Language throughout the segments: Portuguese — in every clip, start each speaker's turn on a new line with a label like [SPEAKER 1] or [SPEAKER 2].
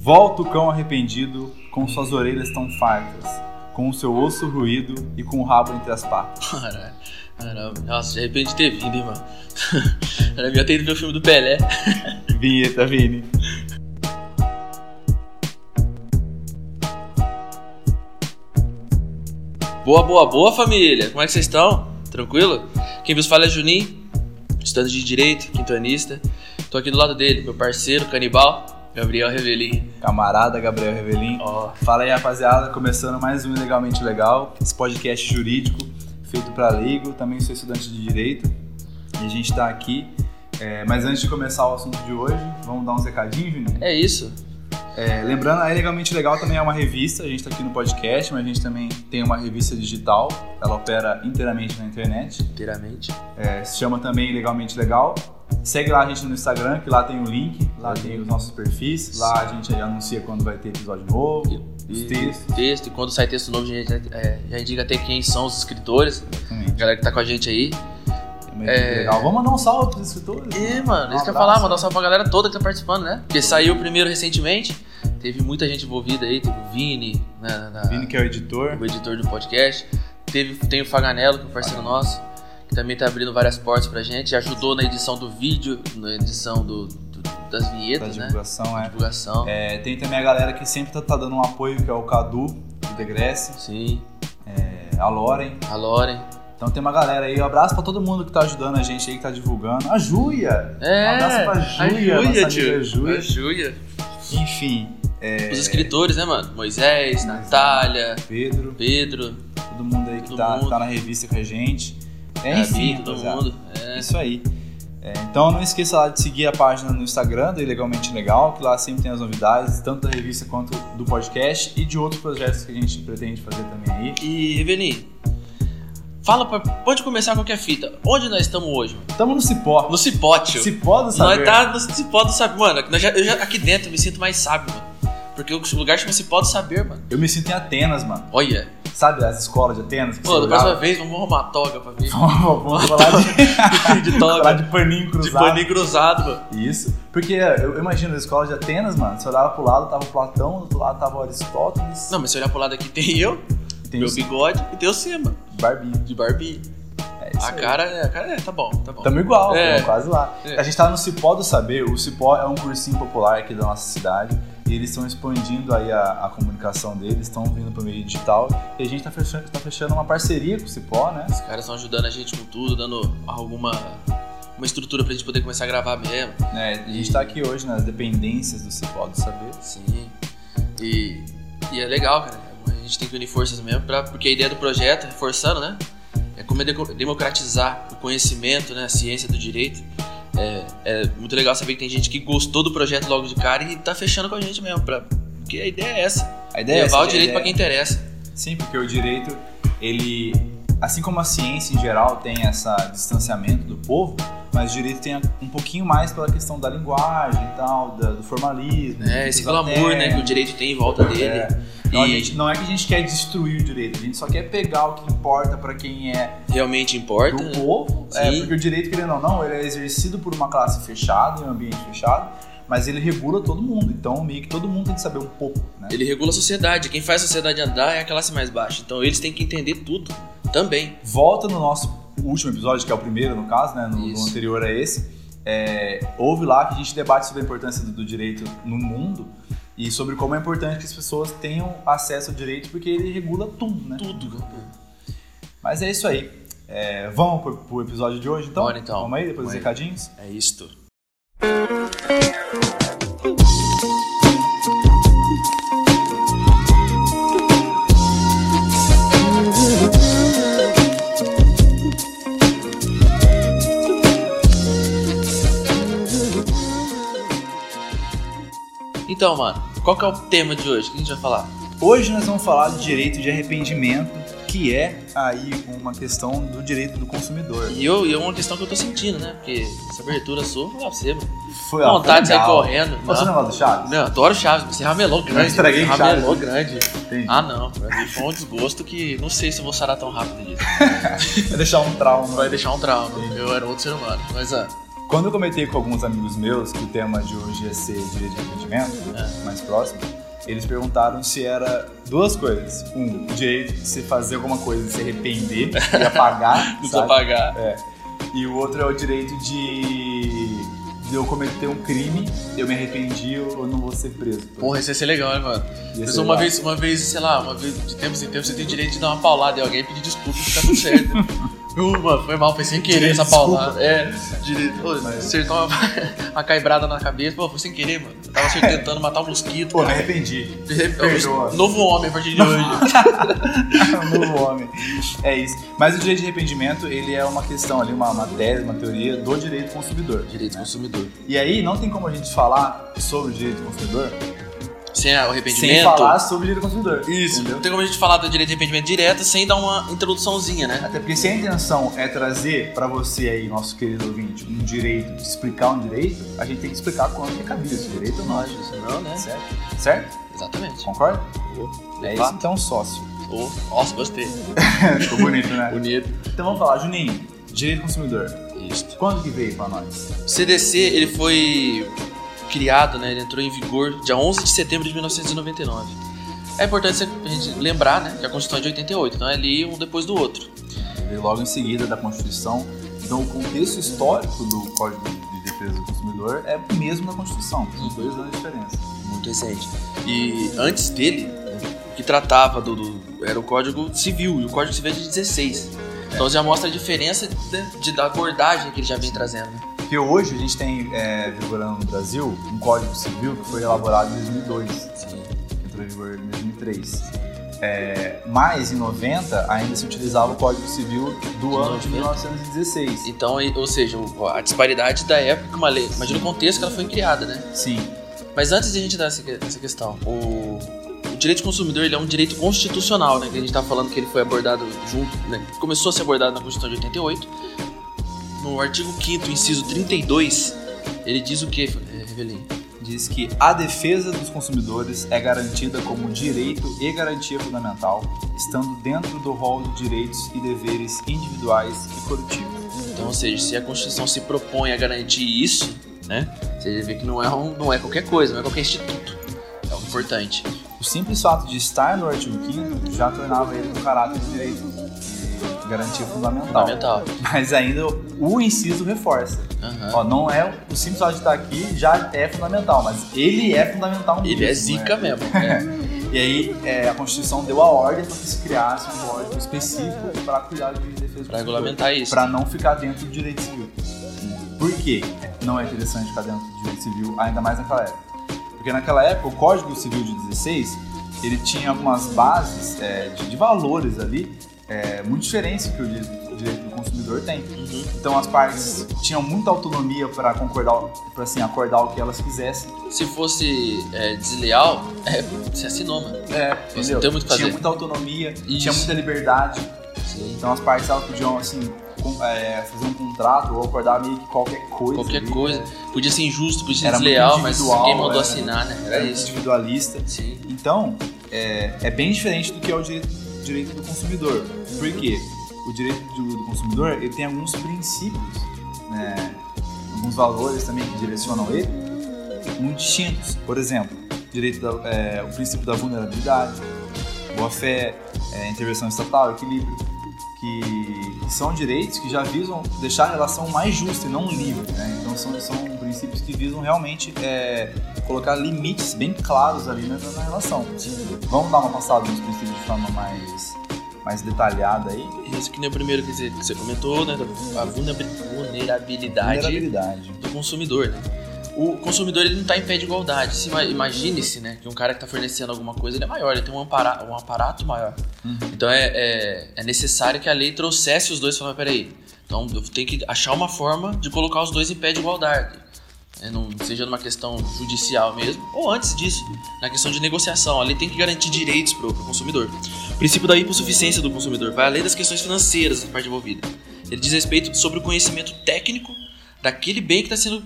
[SPEAKER 1] Volta o cão arrependido, com suas orelhas tão fartas, com o seu osso ruído e com o rabo entre as patas.
[SPEAKER 2] Caralho. Caramba, nossa, de repente de ter vindo, hein, mano. Era melhor ter ido ver o filme do Pelé.
[SPEAKER 1] Vinheta, Vini.
[SPEAKER 2] Boa, boa, boa, família. Como é que vocês estão? Tranquilo? Quem vos fala é Juninho, estudante de Direito, quintonista. Tô aqui do lado dele, meu parceiro, canibal, Gabriel Revelim.
[SPEAKER 1] Camarada Gabriel Revelin.
[SPEAKER 2] Ó,
[SPEAKER 1] Fala aí, rapaziada. Começando mais um Ilegalmente Legal, esse podcast jurídico feito para leigo. Também sou estudante de Direito e a gente tá aqui. É, mas antes de começar o assunto de hoje, vamos dar uns recadinhos, Vini?
[SPEAKER 2] é isso.
[SPEAKER 1] É, lembrando, a Ilegalmente Legal também é uma revista, a gente está aqui no podcast, mas a gente também tem uma revista digital, ela opera inteiramente na internet,
[SPEAKER 2] Inteiramente.
[SPEAKER 1] É, se chama também Ilegalmente Legal. Segue lá a gente no Instagram, que lá tem o link, lá tem os nossos perfis, lá a gente anuncia quando vai ter episódio novo, os textos
[SPEAKER 2] Texto, e quando sai texto novo, a gente é, já indica até quem são os escritores,
[SPEAKER 1] também.
[SPEAKER 2] a galera que tá com a gente aí.
[SPEAKER 1] É uma equipe legal. Vamos mandar um salve pros escritores.
[SPEAKER 2] E,
[SPEAKER 1] né?
[SPEAKER 2] mano,
[SPEAKER 1] Um
[SPEAKER 2] isso que eu
[SPEAKER 1] abraço.
[SPEAKER 2] ia falar, mandar um salve pra galera toda que tá participando, né? Porque saiu o primeiro recentemente, teve muita gente envolvida aí, teve o Vini, né, na, na-
[SPEAKER 1] Vini, que é o editor.
[SPEAKER 2] o editor do podcast, teve, tem o Faganello, que é um parceiro nosso, que também tá abrindo várias portas pra gente, ajudou na edição do vídeo, na edição do, do- das
[SPEAKER 1] Da
[SPEAKER 2] vinhetas, né?
[SPEAKER 1] divulgação, é.
[SPEAKER 2] Divulgação,
[SPEAKER 1] É, Tem também a galera que sempre tá, tá dando um apoio, que é o Cadu, do Degresse,
[SPEAKER 2] sim,
[SPEAKER 1] é, a Loren.
[SPEAKER 2] a Loren.
[SPEAKER 1] Então tem uma galera aí. Um abraço pra todo mundo que tá ajudando a gente aí, que tá divulgando. A Júlia!
[SPEAKER 2] É,
[SPEAKER 1] Um abraço pra
[SPEAKER 2] a
[SPEAKER 1] Júlia, nossa
[SPEAKER 2] tio.
[SPEAKER 1] amiga Júlia. É.
[SPEAKER 2] A Júlia.
[SPEAKER 1] Enfim,
[SPEAKER 2] Os escritores, né, mano? Moisés, Natália,
[SPEAKER 1] Pedro,
[SPEAKER 2] Pedro,
[SPEAKER 1] todo mundo aí que
[SPEAKER 2] Todo
[SPEAKER 1] tá,
[SPEAKER 2] mundo.
[SPEAKER 1] tá na revista com a gente. É, enfim,
[SPEAKER 2] Gabi, todo
[SPEAKER 1] rapaziada.
[SPEAKER 2] mundo.
[SPEAKER 1] É
[SPEAKER 2] É,
[SPEAKER 1] isso aí. É, então não esqueça lá de seguir a página no Instagram do Ilegalmente Legal, que lá sempre tem as novidades, tanto da revista quanto do podcast e de outros projetos que a gente pretende fazer também aí.
[SPEAKER 2] E, Eveni, fala pra. Pode começar qualquer é fita. Onde nós estamos hoje? mano?
[SPEAKER 1] Tamo no Cipó.
[SPEAKER 2] No Cipótio.
[SPEAKER 1] Cipó do
[SPEAKER 2] Nós
[SPEAKER 1] Saber.
[SPEAKER 2] tá no Cipó do Saber. Mano, nós já- eu já- aqui dentro eu me sinto mais sábio, mano. Porque o lugar chama Cipó do Saber, mano.
[SPEAKER 1] Eu me sinto em Atenas, mano.
[SPEAKER 2] Olha.
[SPEAKER 1] Sabe as escolas de Atenas? que
[SPEAKER 2] Pô,
[SPEAKER 1] você
[SPEAKER 2] da próxima
[SPEAKER 1] olhava?
[SPEAKER 2] vez vamos arrumar a toga pra ver.
[SPEAKER 1] Vamos falar de,
[SPEAKER 2] de
[SPEAKER 1] falar
[SPEAKER 2] toga.
[SPEAKER 1] de paninho
[SPEAKER 2] De
[SPEAKER 1] cruzado.
[SPEAKER 2] paninho cruzado, mano.
[SPEAKER 1] Isso. Porque eu imagino as escolas de Atenas, mano. Você olhava pro lado, tava o Platão, do outro lado tava o Aristóteles.
[SPEAKER 2] Não, mas se olhar pro lado aqui tem eu,
[SPEAKER 1] Tem
[SPEAKER 2] meu
[SPEAKER 1] os
[SPEAKER 2] bigode e tem você, mano.
[SPEAKER 1] barbinhos.
[SPEAKER 2] De Barbie.
[SPEAKER 1] É isso
[SPEAKER 2] A
[SPEAKER 1] aí.
[SPEAKER 2] cara, é, a cara é, tá bom, tá bom.
[SPEAKER 1] Tamo igual,
[SPEAKER 2] É.
[SPEAKER 1] tamo quase lá.
[SPEAKER 2] É.
[SPEAKER 1] A gente tá no Cipó do Saber. O Cipó é um cursinho popular aqui da nossa cidade. E eles estão expandindo aí a, a comunicação deles, estão vindo pro meio digital. E a gente tá fechando, tá fechando uma parceria com o Cipó, né?
[SPEAKER 2] Os caras estão ajudando a gente com tudo, dando alguma uma estrutura pra gente poder começar a gravar mesmo.
[SPEAKER 1] É, a gente tá aqui hoje nas dependências do Cipó do Saber.
[SPEAKER 2] Sim. E, e é legal, cara. A gente tem que unir forças mesmo, pra, porque a ideia do projeto, reforçando, né? É como é deco- democratizar o conhecimento, né? A ciência do direito. É, é muito legal saber que tem gente que gostou do projeto logo de cara e tá fechando com a gente mesmo. Pra, porque a ideia é essa.
[SPEAKER 1] A ideia
[SPEAKER 2] levar
[SPEAKER 1] é essa,
[SPEAKER 2] o
[SPEAKER 1] a
[SPEAKER 2] direito
[SPEAKER 1] ideia-
[SPEAKER 2] pra quem interessa.
[SPEAKER 1] Sim, porque o direito, ele, assim como a ciência em geral tem esse distanciamento do povo, mas o direito tem um pouquinho mais pela questão da linguagem e tal, da- do formalismo.
[SPEAKER 2] É, esse glamour, né? Que o direito tem em volta dele.
[SPEAKER 1] É. Não, a
[SPEAKER 2] né? E-
[SPEAKER 1] gente- não é que a gente quer destruir o direito, a gente só quer pegar o que importa pra quem é
[SPEAKER 2] Realmente
[SPEAKER 1] do
[SPEAKER 2] importa. né?
[SPEAKER 1] povo, é,
[SPEAKER 2] Sim.
[SPEAKER 1] porque o direito, querendo ou não, ele é exercido por uma classe fechada, em um ambiente fechado, mas ele regula todo mundo, então meio que todo mundo tem que saber um pouco, né?
[SPEAKER 2] Ele regula a sociedade. Quem faz a sociedade andar é a classe mais baixa. Então eles têm que entender tudo também.
[SPEAKER 1] volta no nosso último episódio, que é o primeiro no caso, né? No, no
[SPEAKER 2] Isso.
[SPEAKER 1] anterior a esse. É, houve lá que a gente debate sobre a importância do, do direito no mundo e sobre como é importante que as pessoas tenham acesso ao direito, porque ele regula tudo, né?
[SPEAKER 2] Tudo.
[SPEAKER 1] Mas é isso aí. É, vamos pro, pro episódio de hoje, então?
[SPEAKER 2] Bora, então.
[SPEAKER 1] Vamos aí, depois dos
[SPEAKER 2] Vamos aí.
[SPEAKER 1] recadinhos?
[SPEAKER 2] É isto. Então, mano, qual que é o tema de hoje? O que a gente vai falar?
[SPEAKER 1] Hoje nós vamos falar do direito de arrependimento, que é aí uma questão do direito do consumidor.
[SPEAKER 2] E eu, e é uma questão que eu tô sentindo, né? Porque essa abertura sua, eu vou falar pra você, mano.
[SPEAKER 1] Foi ó,
[SPEAKER 2] Vontade de sair
[SPEAKER 1] legal.
[SPEAKER 2] correndo. né?
[SPEAKER 1] Você
[SPEAKER 2] Não,
[SPEAKER 1] não gosta do Chaves?
[SPEAKER 2] não adoro Chaves, você ramelou grande.
[SPEAKER 1] estraguei
[SPEAKER 2] você ramelou
[SPEAKER 1] Chaves.
[SPEAKER 2] grande.
[SPEAKER 1] Entendi.
[SPEAKER 2] Ah, não. Pra mim foi um desgosto que não sei se eu vou sarar tão rápido disso.
[SPEAKER 1] Vai deixar um trauma.
[SPEAKER 2] Vai deixar um trauma. Eu era outro ser humano. Mas, ah,
[SPEAKER 1] Quando eu comentei com alguns amigos meus que o tema de hoje ia ser direito de empreendimento,
[SPEAKER 2] É.
[SPEAKER 1] mais próximo, eles perguntaram se era duas coisas. Um, o direito de se fazer alguma coisa e se arrepender e apagar,
[SPEAKER 2] Não precisa
[SPEAKER 1] sabe?
[SPEAKER 2] pagar.
[SPEAKER 1] E o outro é o direito de, de eu cometer um crime, eu me arrependi, eu não vou ser preso.
[SPEAKER 2] Porra, isso ia ser legal, hein, mano?
[SPEAKER 1] Ia
[SPEAKER 2] Mas
[SPEAKER 1] ser
[SPEAKER 2] uma
[SPEAKER 1] lá.
[SPEAKER 2] vez, uma vez, sei lá, uma vez de tempos em tempos você tem direito de dar uma paulada em alguém e pedir desculpa e ficar tudo certo. Uh, mano, foi mal, foi sem querer essa
[SPEAKER 1] Desculpa.
[SPEAKER 2] paulada. É, direito. Ô,
[SPEAKER 1] Mas-
[SPEAKER 2] Acertou uma, uma caibrada na cabeça, pô, foi sem querer, mano. Eu tava tentando matar um mosquito.
[SPEAKER 1] Pô, me
[SPEAKER 2] cara.
[SPEAKER 1] arrependi.
[SPEAKER 2] De repente,
[SPEAKER 1] perdoa.
[SPEAKER 2] Novo homem a partir de hoje.
[SPEAKER 1] Novo homem. É isso. Mas o direito de arrependimento, ele é uma questão ali, uma, uma tese, uma teoria do direito do consumidor.
[SPEAKER 2] direito do consumidor.
[SPEAKER 1] E aí, não tem como a gente falar sobre o direito do consumidor
[SPEAKER 2] Sem arrependimento.
[SPEAKER 1] sem falar sobre o direito do consumidor.
[SPEAKER 2] Isso. Não
[SPEAKER 1] Entendeu?
[SPEAKER 2] tem como a gente falar do direito de arrependimento direto sem dar uma introduçãozinha, né?
[SPEAKER 1] Até porque se a intenção é trazer pra você aí, nosso querido ouvinte, um direito, explicar um direito, a gente tem que explicar quando é cabido esse direito ou não.
[SPEAKER 2] senão, né?
[SPEAKER 1] Certo? Certo?
[SPEAKER 2] Exatamente.
[SPEAKER 1] Concorda? É
[SPEAKER 2] Levar.
[SPEAKER 1] isso então, sócio.
[SPEAKER 2] Ô, Nossa, gostei.
[SPEAKER 1] Ficou bonito, né?
[SPEAKER 2] Bonito.
[SPEAKER 1] então vamos falar, Juninho, direito do consumidor.
[SPEAKER 2] Isso.
[SPEAKER 1] Quando que veio pra nós?
[SPEAKER 2] O CDC ele foi criado, né? Ele entrou em vigor dia 11 de setembro de 1999. É importante a gente lembrar, né, que a Constituição é de 88, então é ali um depois do outro.
[SPEAKER 1] Veio logo em seguida da Constituição. Então o contexto histórico do Código de Defesa do Consumidor é o mesmo da Constituição. São
[SPEAKER 2] Uhum.
[SPEAKER 1] dois anos de diferença.
[SPEAKER 2] muito recente. E antes dele, né, o que tratava do, do- era o Código Civil, e o Código Civil é de 16. Então já mostra a diferença de, de- da abordagem que ele já vem trazendo. né?
[SPEAKER 1] Porque hoje a gente tem é, vigorando no Brasil um Código Civil que foi elaborado em 2002. que entrou em vigor em 2003. É, mas em 90 ainda se utilizava o Código Civil do
[SPEAKER 2] De
[SPEAKER 1] ano de
[SPEAKER 2] 90?
[SPEAKER 1] 1916.
[SPEAKER 2] Então, e- ou seja, o- a disparidade da época, uma lei, imagina o contexto que ela foi criada, né?
[SPEAKER 1] Sim,
[SPEAKER 2] Mas antes de a gente entrar nessa, que- nessa questão, o, o direito do consumidor ele é um direito constitucional, né? Que a gente tá falando que ele foi abordado junto, né? Começou a ser abordado na Constituição de 88. No artigo 5 inciso 32, ele diz o que, Revelinho?
[SPEAKER 1] diz que a defesa dos consumidores é garantida como direito e garantia fundamental, estando dentro do rol de direitos e deveres individuais e coletivos.
[SPEAKER 2] Então, ou seja, se a Constituição se propõe a garantir isso, né? Você vê que não é, um- não é qualquer coisa, não é qualquer instituto. É algo importante.
[SPEAKER 1] O simples fato de estar no artigo 5 já tornava ele um caráter de direito e garantia fundamental.
[SPEAKER 2] Fundamental.
[SPEAKER 1] Mas ainda o inciso reforça.
[SPEAKER 2] Aham.
[SPEAKER 1] Ó, não é o simples fato de estar aqui já é fundamental, mas ele é fundamental mesmo.
[SPEAKER 2] Ele é
[SPEAKER 1] né?
[SPEAKER 2] zica mesmo. É.
[SPEAKER 1] E aí é, a Constituição deu a ordem para que se criasse um código específico para cuidar de defesa
[SPEAKER 2] Pra regulamentar isso.
[SPEAKER 1] para não ficar dentro do direito civil. Por que não é interessante ficar dentro do direito civil, ainda mais naquela época? Porque naquela época, o Código Civil de 16, ele tinha algumas bases é, de, de valores ali, é, muito diferentes que o direito, o direito do consumidor tem.
[SPEAKER 2] Uhum.
[SPEAKER 1] Então as partes tinham muita autonomia para concordar, para assim, acordar o que elas quisessem.
[SPEAKER 2] Se fosse é, desleal, é, você assinou, mano.
[SPEAKER 1] É,
[SPEAKER 2] não tem muito o que
[SPEAKER 1] Tinha
[SPEAKER 2] fazer.
[SPEAKER 1] muita autonomia, tinha
[SPEAKER 2] Isso.
[SPEAKER 1] muita liberdade.
[SPEAKER 2] Sim.
[SPEAKER 1] Então as partes elas podiam assim com- é, fazer um contrato ou acordar meio que qualquer coisa.
[SPEAKER 2] Qualquer
[SPEAKER 1] ali.
[SPEAKER 2] coisa. Podia ser injusto, podia ser
[SPEAKER 1] Era muito
[SPEAKER 2] desleal, mas
[SPEAKER 1] individual,
[SPEAKER 2] quem mandou
[SPEAKER 1] era-
[SPEAKER 2] assinar, né? Era
[SPEAKER 1] Era
[SPEAKER 2] isso.
[SPEAKER 1] individualista.
[SPEAKER 2] Sim.
[SPEAKER 1] Então é, é bem diferente do que é o direito, direito do consumidor. Por quê? O direito do, do consumidor ele tem alguns princípios, né, alguns valores também que direcionam ele, muito distintos. Por exemplo, direito da- é, o princípio da vulnerabilidade, boa fé, é, intervenção estatal, equilíbrio, que, que são direitos que já visam deixar a relação mais justa e não livre. né? Então são, são princípios que visam realmente é, colocar limites bem claros ali na, na relação. Vamos dar uma passada nos princípios de forma mais, mais detalhada aí.
[SPEAKER 2] Isso que nem é o primeiro que você, que você comentou, né? A vulnerabi- vulnerabilidade
[SPEAKER 1] Vulnerabilidade.
[SPEAKER 2] do consumidor, né? O consumidor ele não está em pé de igualdade. Se ima- Imagine-se, né, que um cara que está fornecendo alguma coisa ele é maior, ele tem um, ampara- um aparato maior.
[SPEAKER 1] Uhum.
[SPEAKER 2] Então é, é, é necessário que a lei trouxesse os dois e falasse, peraí, então eu tenho que achar uma forma de colocar os dois em pé de igualdade. É, não, seja numa questão judicial mesmo, ou antes disso, na questão de negociação. A lei tem que garantir direitos para o consumidor. O princípio da hipossuficiência do consumidor vai além das questões financeiras da parte envolvida. Ele diz respeito sobre o conhecimento técnico daquele bem que está sendo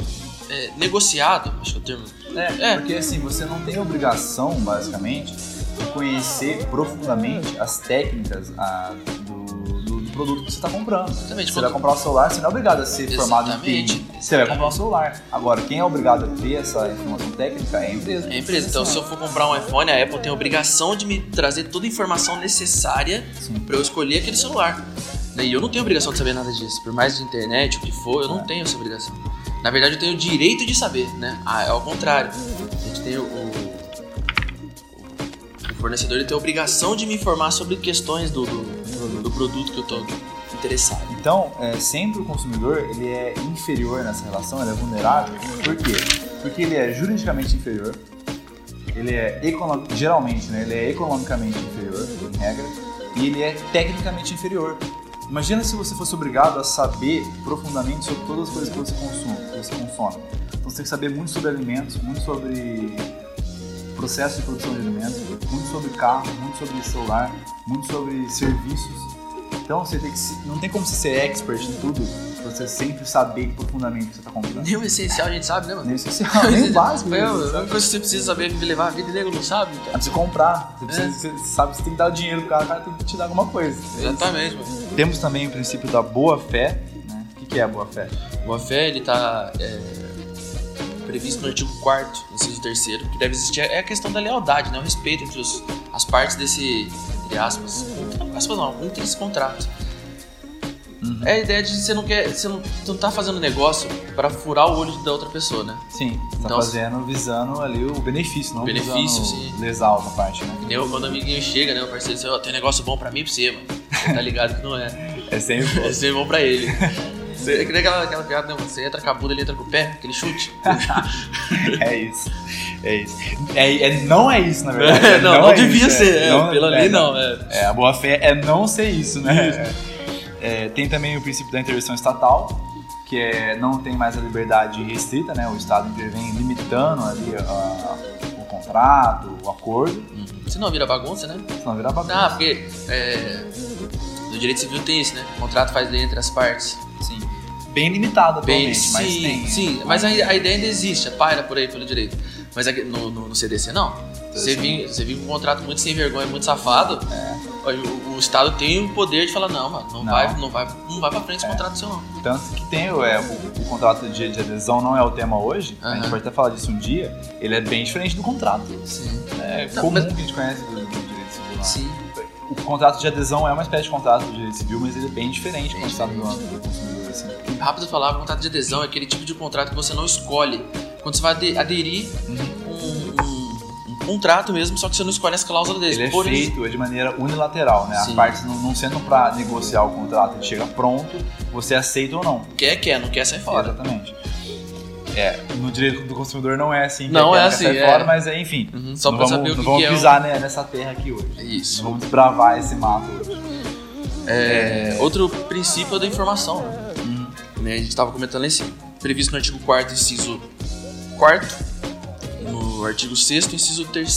[SPEAKER 2] é, negociado, acho que é o termo.
[SPEAKER 1] É,
[SPEAKER 2] É.
[SPEAKER 1] porque assim, você não tem obrigação, basicamente, de conhecer profundamente as técnicas a- do, do- do produto que você está comprando.
[SPEAKER 2] Exatamente.
[SPEAKER 1] Você
[SPEAKER 2] Quando-
[SPEAKER 1] vai comprar o celular, você não é obrigado a ser formado em
[SPEAKER 2] Exatamente. É.
[SPEAKER 1] TI. Você vai comprar o celular. Agora, quem é obrigado a ter essa informação técnica é a empresa.
[SPEAKER 2] É a empresa. Então, se eu for comprar um iPhone, a Apple tem a obrigação de me trazer toda a informação necessária
[SPEAKER 1] Sim.
[SPEAKER 2] para eu escolher aquele celular. Né, E eu não tenho obrigação de saber nada disso. Por mais de internet, o que for, eu não
[SPEAKER 1] É.
[SPEAKER 2] tenho essa obrigação. Na verdade, eu tenho o direito de saber, né? Ah, é ao contrário. A gente tem o, o- o fornecedor ele tem a obrigação de me informar sobre questões do, do, do produto que eu tô interessado.
[SPEAKER 1] Então, é, sempre o consumidor ele é inferior nessa relação, ele é vulnerável. Por quê? Porque ele é juridicamente inferior, ele é econo- geralmente, né? Ele é economicamente inferior, em regra, e ele é tecnicamente inferior. Imagina se você fosse obrigado a saber profundamente sobre todas as coisas que você consome. Que você consome. Então você tem que saber muito sobre alimentos, muito sobre processo de produção de alimentos, muito sobre carro, muito sobre celular, muito sobre serviços. Então você tem que se- não tem como você ser expert em tudo, pra você sempre saber profundamente o que você está comprando.
[SPEAKER 2] Nem o essencial a gente sabe, né, mano?
[SPEAKER 1] Nem o essencial, nem o básico.
[SPEAKER 2] É,
[SPEAKER 1] né?
[SPEAKER 2] a
[SPEAKER 1] Você
[SPEAKER 2] única
[SPEAKER 1] sabe?
[SPEAKER 2] coisa que você precisa saber é levar a vida e nego não sabe, cara.
[SPEAKER 1] Você precisa comprar, você,
[SPEAKER 2] É.
[SPEAKER 1] precisa, você sabe, você tem que dar o dinheiro pro cara, o cara tem que te dar alguma coisa.
[SPEAKER 2] Exatamente, mano.
[SPEAKER 1] Temos também o princípio da boa fé. Né? O que, que é a boa fé?
[SPEAKER 2] Boa fé, ele tá é, previsto no artigo 4 inciso 3 que deve existir é a questão da lealdade, né? O respeito entre os- as partes desse, entre aspas, aspas não, entre esse contrato.
[SPEAKER 1] Uhum.
[SPEAKER 2] É a ideia de você não quer, você não, você não tá fazendo negócio pra furar o olho da outra pessoa, né?
[SPEAKER 1] Sim, você tá
[SPEAKER 2] Então-
[SPEAKER 1] fazendo visando ali o benefício, não
[SPEAKER 2] Benefício,
[SPEAKER 1] visando
[SPEAKER 2] sim.
[SPEAKER 1] lesar outra parte, né?
[SPEAKER 2] Eu, quando o amiguinho chega, né? O parceiro diz, ó, tem negócio bom pra mim e pra você, mano. Você Tá ligado que não é.
[SPEAKER 1] É sempre
[SPEAKER 2] É sempre bom pra ele. Você, é que nem aquela, aquela piada, né? mano? Você entra com a bunda, ele entra com o pé, aquele chute.
[SPEAKER 1] É isso. É isso. É, é- não é isso, na verdade. É,
[SPEAKER 2] não, não,
[SPEAKER 1] é
[SPEAKER 2] devia
[SPEAKER 1] isso,
[SPEAKER 2] ser.
[SPEAKER 1] é.
[SPEAKER 2] É, pela
[SPEAKER 1] é,
[SPEAKER 2] lei, não. é.
[SPEAKER 1] É, a boa fé é não ser isso, né? É, tem também o princípio da intervenção estatal, que é não tem mais a liberdade restrita, né? O Estado intervém limitando ali a- o contrato, o acordo,
[SPEAKER 2] Se não vira bagunça, né?
[SPEAKER 1] senão vira bagunça.
[SPEAKER 2] Ah, porque é, no direito civil tem isso, né? O contrato faz lei entre as partes.
[SPEAKER 1] Sim. assim. Bem limitado atualmente,
[SPEAKER 2] Bem, sim,
[SPEAKER 1] mas tem.
[SPEAKER 2] sim. Mas a, a ideia ainda existe, é paira por aí pelo direito. Mas aqui- no, no- no CDC não. Você
[SPEAKER 1] Sim.
[SPEAKER 2] vive, você vive um contrato muito sem vergonha, muito safado. O, o Estado tem o poder de falar, não, mano, não,
[SPEAKER 1] É. Não. É.
[SPEAKER 2] Vai, não, vai, não vai pra frente esse contrato seu, não.
[SPEAKER 1] Tanto que tem o- é, o, o contrato de, de adesão não é o tema hoje, a gente
[SPEAKER 2] Aham.
[SPEAKER 1] pode até falar disso um dia, ele é bem diferente do contrato.
[SPEAKER 2] Sim.
[SPEAKER 1] É
[SPEAKER 2] Não,
[SPEAKER 1] comum
[SPEAKER 2] mas-
[SPEAKER 1] que a gente conhece do, do direito civil. lá.
[SPEAKER 2] Sim.
[SPEAKER 1] O contrato de adesão é uma espécie de contrato do direito civil, mas ele é bem diferente do
[SPEAKER 2] Bem
[SPEAKER 1] contrato do do consumidor. Assim.
[SPEAKER 2] Rápido falar, contrato de adesão é aquele tipo de contrato que você não escolhe. Quando você vai ade- aderir um, um- um contrato mesmo, só que você não escolhe as cláusulas dele.
[SPEAKER 1] Ele é
[SPEAKER 2] Por ex-
[SPEAKER 1] feito de maneira unilateral, né? As
[SPEAKER 2] Sim.
[SPEAKER 1] partes não, não sentam pra negociar o contrato, ele chega pronto, você aceita ou não.
[SPEAKER 2] Quer, quer, não quer, sai fora.
[SPEAKER 1] Exatamente. É, no direito do consumidor não é assim. que
[SPEAKER 2] Não
[SPEAKER 1] quer
[SPEAKER 2] é
[SPEAKER 1] que sai
[SPEAKER 2] assim, é.
[SPEAKER 1] Fora, mas é, enfim.
[SPEAKER 2] Uhum, só
[SPEAKER 1] não
[SPEAKER 2] pra
[SPEAKER 1] vamos,
[SPEAKER 2] saber o
[SPEAKER 1] não
[SPEAKER 2] que,
[SPEAKER 1] vamos
[SPEAKER 2] que é. o- É
[SPEAKER 1] pisar né, nessa terra aqui hoje. Não
[SPEAKER 2] Isso.
[SPEAKER 1] vamos desbravar esse mato hoje.
[SPEAKER 2] É, outro princípio é o da informação. Né? Né, A gente estava comentando lá em cima. Previsto no artigo 4, inciso 4, no artigo 6, inciso 3.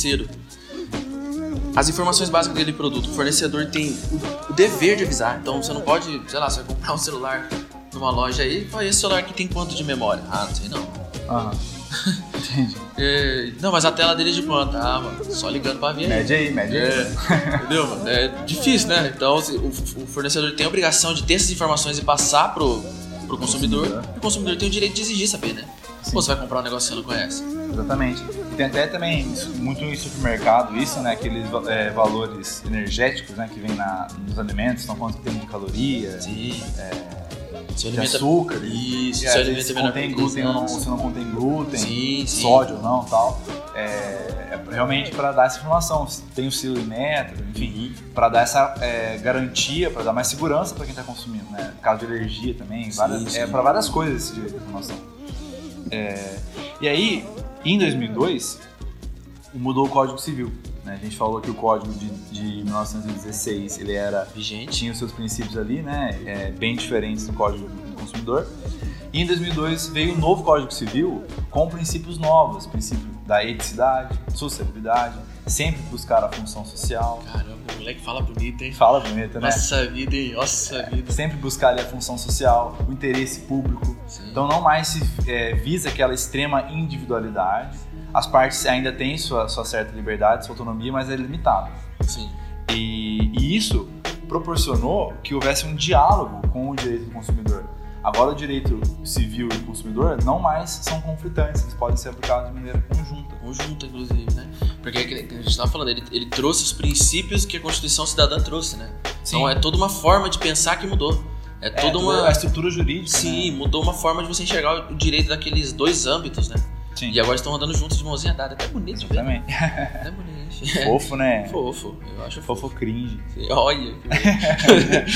[SPEAKER 2] As informações básicas dele produto. O fornecedor tem o- o dever de avisar. Então você não pode, sei lá, você vai comprar um celular numa loja aí. Olha, esse celular aqui tem quanto de memória? Ah, não sei não.
[SPEAKER 1] Aham. Entendi.
[SPEAKER 2] É, não, mas a tela dele é de quanto? Ah, mano, só ligando pra ver aí.
[SPEAKER 1] Mede aí, mede aí.
[SPEAKER 2] É, entendeu, mano? É difícil, né? Então, se- o, o fornecedor tem a obrigação de ter essas informações e passar pro, pro consumidor,
[SPEAKER 1] consumidor.
[SPEAKER 2] e o consumidor tem o direito de exigir saber, né?
[SPEAKER 1] Sim.
[SPEAKER 2] Pô, você vai comprar um negócio que você não conhece.
[SPEAKER 1] Exatamente. E tem até também isso- muito em supermercado isso, né? Aqueles é, valores energéticos, né? Que vem na, nos alimentos, então quanto tem de caloria,
[SPEAKER 2] Sim. Se
[SPEAKER 1] é. de
[SPEAKER 2] alimenta.
[SPEAKER 1] açúcar.
[SPEAKER 2] é Isso,
[SPEAKER 1] se
[SPEAKER 2] seu
[SPEAKER 1] alimenta
[SPEAKER 2] alimento
[SPEAKER 1] se
[SPEAKER 2] é menor
[SPEAKER 1] contém
[SPEAKER 2] que
[SPEAKER 1] glúten ou não,
[SPEAKER 2] 12
[SPEAKER 1] se não contém glúten,
[SPEAKER 2] Sim, sim.
[SPEAKER 1] sódio ou não tal. É, é realmente para dar essa informação. se Tem o silo e metro, enfim.
[SPEAKER 2] Uhum.
[SPEAKER 1] Para dar essa é, garantia, para dar mais segurança para quem está consumindo, né? No caso de alergia também,
[SPEAKER 2] Sim,
[SPEAKER 1] várias-
[SPEAKER 2] sim.
[SPEAKER 1] é para várias coisas esse direito de informação. É, e aí, em 2002, mudou o Código Civil. né? A gente falou que o Código de, de 1916 ele era
[SPEAKER 2] Vigente.
[SPEAKER 1] tinha os seus princípios ali, né? É, bem diferentes do Código do Consumidor. E em 2002 veio o novo Código Civil com princípios novos, princípio da eticidade, sociabilidade, sempre buscar a função social.
[SPEAKER 2] Caramba, o moleque fala bonito, hein?
[SPEAKER 1] Fala bonita, né? É.
[SPEAKER 2] Nossa vida, hein? Nossa vida.
[SPEAKER 1] Sempre buscar ali a função social, o interesse público.
[SPEAKER 2] Sim.
[SPEAKER 1] Então não mais se é, visa aquela extrema individualidade. As partes ainda têm sua, sua certa liberdade, sua autonomia, mas é limitada.
[SPEAKER 2] Sim.
[SPEAKER 1] E, e isso proporcionou que houvesse um diálogo com o direito do consumidor. Agora, o direito civil e o consumidor não mais são conflitantes, eles podem ser aplicados de maneira conjunta.
[SPEAKER 2] Conjunta, inclusive, né? Porque é que a gente estava falando, ele, ele trouxe os princípios que a Constituição Cidadã trouxe, né? Então é toda uma forma de pensar que mudou. É
[SPEAKER 1] É,
[SPEAKER 2] toda uma.
[SPEAKER 1] a estrutura jurídica.
[SPEAKER 2] Sim,
[SPEAKER 1] né?
[SPEAKER 2] mudou uma forma de você enxergar o direito daqueles dois âmbitos, né?
[SPEAKER 1] Sim.
[SPEAKER 2] E agora estão andando juntos de mãozinha dada. Até bonito de ver. né?
[SPEAKER 1] Exatamente.
[SPEAKER 2] Até bonito.
[SPEAKER 1] Fofo, né?
[SPEAKER 2] Fofo, eu acho fofo.
[SPEAKER 1] Fofo cringe.
[SPEAKER 2] Olha, que bonito.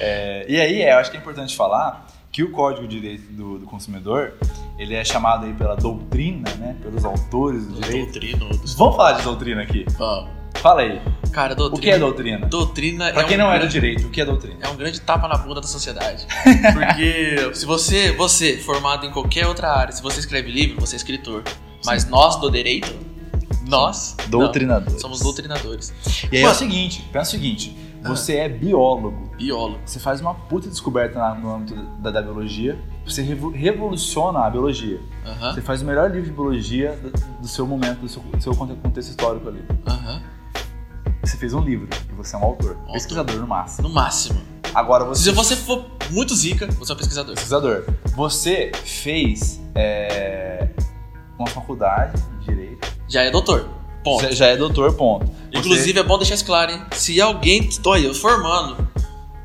[SPEAKER 1] É, e aí, é, eu acho que é importante falar que o Código de Direito do, do Consumidor, ele é chamado aí pela doutrina, né? Pelos autores do direito.
[SPEAKER 2] doutrina.
[SPEAKER 1] Vamos falar de doutrina aqui.
[SPEAKER 2] Vamos.
[SPEAKER 1] Fala aí.
[SPEAKER 2] Cara,
[SPEAKER 1] O
[SPEAKER 2] doutrina.
[SPEAKER 1] que é doutrina?
[SPEAKER 2] Doutrina
[SPEAKER 1] Pra
[SPEAKER 2] é
[SPEAKER 1] quem
[SPEAKER 2] um
[SPEAKER 1] não é do
[SPEAKER 2] grande-
[SPEAKER 1] direito, o que é doutrina?
[SPEAKER 2] É um grande tapa na bunda da sociedade. Porque se você, você, formado em qualquer outra área, se você escreve livro, você é escritor. Mas nós do direito, nós não.
[SPEAKER 1] Doutrinador.
[SPEAKER 2] somos doutrinadores.
[SPEAKER 1] E aí é o
[SPEAKER 2] Mano.
[SPEAKER 1] seguinte, pensa o seguinte,
[SPEAKER 2] Ah.
[SPEAKER 1] você é biólogo,
[SPEAKER 2] Biólogo.
[SPEAKER 1] você faz uma puta descoberta na- no âmbito da, da biologia, você revo- revoluciona a biologia.
[SPEAKER 2] Aham,
[SPEAKER 1] Você faz o melhor livro de biologia do, do seu momento, do seu, do seu conte- contexto histórico ali.
[SPEAKER 2] aham.
[SPEAKER 1] Você fez um livro, e você é um autor, pesquisador no máximo.
[SPEAKER 2] No máximo.
[SPEAKER 1] Agora você é
[SPEAKER 2] Se você for muito zica, você é um pesquisador.
[SPEAKER 1] pesquisador. Você fez é, uma faculdade de direito.
[SPEAKER 2] Já é doutor. Ponto.
[SPEAKER 1] Já, já é doutor, ponto. Você-
[SPEAKER 2] Inclusive, é bom deixar isso claro, hein? Se alguém. Tô aí, eu formando.